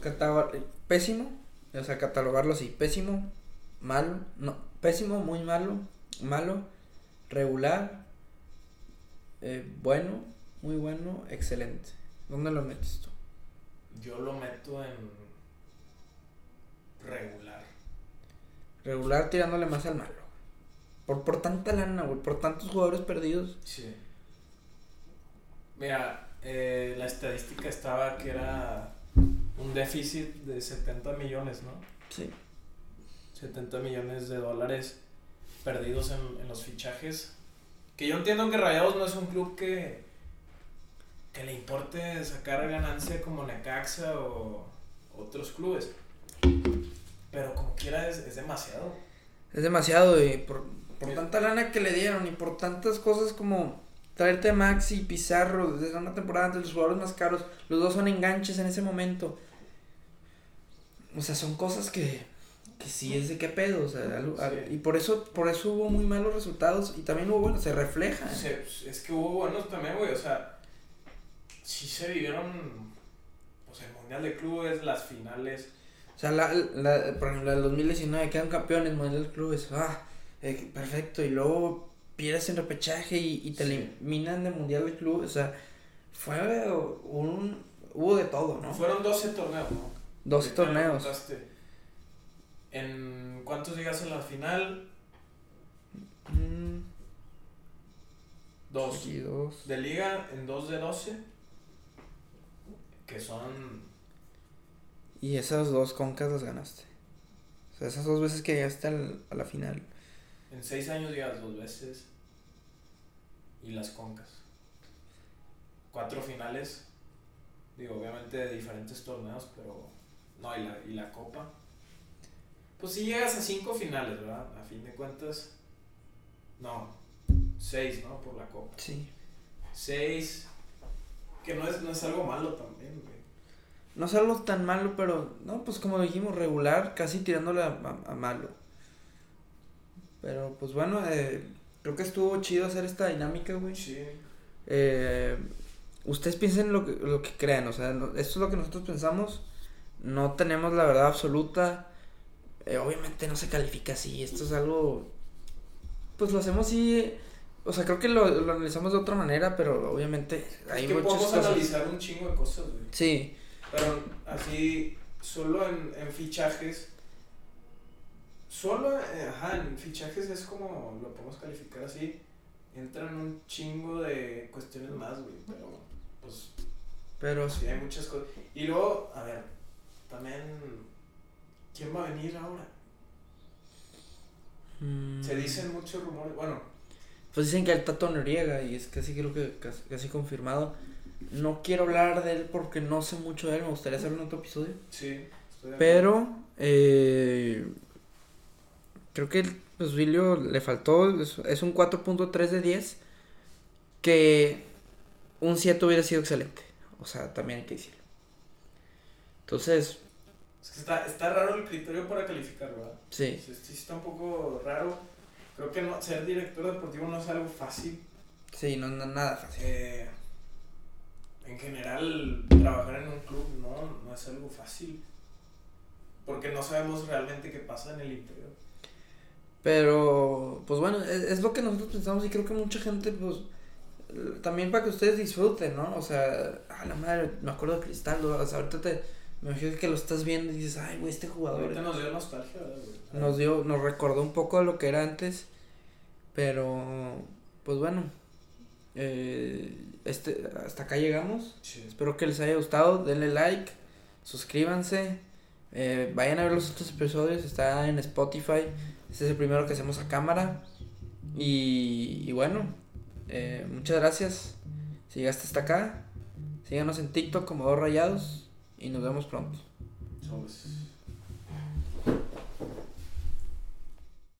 Speaker 1: catalogar- pésimo, o sea, catalogarlo así, pésimo, malo, no, pésimo, muy malo, malo, regular, eh, bueno, muy bueno, excelente. ¿Dónde lo metes tú?
Speaker 2: Yo lo meto en regular.
Speaker 1: Regular tirándole más al malo. Por, por tanta lana, güey, por tantos jugadores perdidos.
Speaker 2: Sí. Mira, eh, la estadística estaba que era un déficit de 70 millones, ¿no?
Speaker 1: Sí.
Speaker 2: 70 millones de dólares perdidos en, en los fichajes. Que yo entiendo que Rayados no es un club que, que le importe sacar ganancia como Necaxa o otros clubes. Pero como quiera es, es demasiado.
Speaker 1: Es demasiado, y por, por tanta lana que le dieron y por tantas cosas como traerte a Maxi y Pizarro desde una temporada antes, los jugadores más caros, los dos son enganches en ese momento. O sea, son cosas que, que sí es de qué pedo, o sea, algo- al-
Speaker 2: Sí.
Speaker 1: y por eso, por eso hubo muy malos resultados y también hubo bueno, se refleja.
Speaker 2: Se- es que hubo buenos también, güey. O sea, sí se vivieron pues, el Mundial de Clubes, las finales.
Speaker 1: O sea, la, la- por ejemplo, el 2019 quedan campeones, Mundial de Clubes, ah, eh, perfecto, y luego pierdes en repechaje y, y te
Speaker 2: Sí.
Speaker 1: eliminan de Mundial de Clubes, o sea, fue un, hubo de todo, ¿no?
Speaker 2: Fueron 12 torneos, ¿no?
Speaker 1: Dos
Speaker 2: Ahorita lo
Speaker 1: torneos,
Speaker 2: contaste. ¿En cuántos llegas a la final?
Speaker 1: Mm,
Speaker 2: Dos.
Speaker 1: sí, dos.
Speaker 2: De liga, en dos de 12. Que son.
Speaker 1: Y esas dos concas las ganaste. O sea, esas dos veces que llegaste al- a la final.
Speaker 2: En seis años llegas dos veces. Y las concas. Cuatro finales. Digo, obviamente de diferentes torneos, pero. No, y la, y la copa. Pues si llegas a cinco finales, ¿verdad? A fin de cuentas. No. Seis, ¿no? Por la copa.
Speaker 1: Sí.
Speaker 2: 6. Que no es, no es algo malo también, güey.
Speaker 1: No es algo tan malo, pero no, pues como dijimos, regular, casi tirándole a, a- a malo. Pero pues bueno, eh, creo que estuvo chido hacer esta dinámica, güey.
Speaker 2: Sí.
Speaker 1: Eh, ustedes piensen lo que, lo que crean, o sea, no- esto es lo que nosotros pensamos. No tenemos la verdad absoluta. Eh, obviamente no se califica así, esto es algo... Pues lo hacemos así... O sea, creo que lo, lo analizamos de otra manera, pero obviamente hay
Speaker 2: es que
Speaker 1: muchas
Speaker 2: podemos
Speaker 1: cosas.
Speaker 2: analizar un chingo de cosas, güey.
Speaker 1: Sí,
Speaker 2: Pero así, solo en, en fichajes. Solo, eh, ajá, en fichajes es como lo podemos calificar así. Entran un chingo de cuestiones más, güey. Pero, pues,
Speaker 1: pero...
Speaker 2: sí, hay muchas cosas. Y luego, a ver, también. ¿Quién va a venir ahora?
Speaker 1: mm,
Speaker 2: Se dicen muchos rumores. Bueno,
Speaker 1: Pues dicen que el Tato Noriega, y es casi creo que casi, casi confirmado. No quiero hablar de él porque no sé mucho de él, me gustaría hacerlo en otro episodio.
Speaker 2: sí. estoy de acuerdo.
Speaker 1: Pero eh, creo que pues Vilio le faltó. Es, es un 4.3 de 10. Que un 7 hubiera sido excelente. O sea, también hay que decirlo. Entonces,
Speaker 2: Es que está, está raro el criterio para calificar, ¿verdad?
Speaker 1: sí.
Speaker 2: Sí, sí está un poco raro. Creo que no, ser director deportivo no es algo fácil.
Speaker 1: Sí, no, no nada fácil.
Speaker 2: Eh, en general, trabajar en un club no, no es algo fácil. Porque no sabemos realmente qué pasa en el interior.
Speaker 1: Pero, pues bueno, es, es lo que nosotros pensamos y creo que mucha gente, pues, l- también para que ustedes disfruten, ¿no? O sea, a la madre, me acuerdo de Cristaldo, o sea, ahorita te, me imagino que lo estás viendo y dices, ay, güey, este jugador.
Speaker 2: Ahorita nos dio nostalgia, ¿verdad, güey?
Speaker 1: nos dio, nos recordó un poco a lo que era antes, pero pues bueno, eh, este, hasta acá llegamos.
Speaker 2: Sí.
Speaker 1: Espero que les haya gustado, denle like, suscríbanse, eh, vayan a ver los otros episodios, está en Spotify, este es el primero que hacemos a cámara y, y bueno, eh, muchas gracias, si llegaste hasta acá, síganos en TikTok como dos rayados y nos vemos pronto.
Speaker 2: Sobres.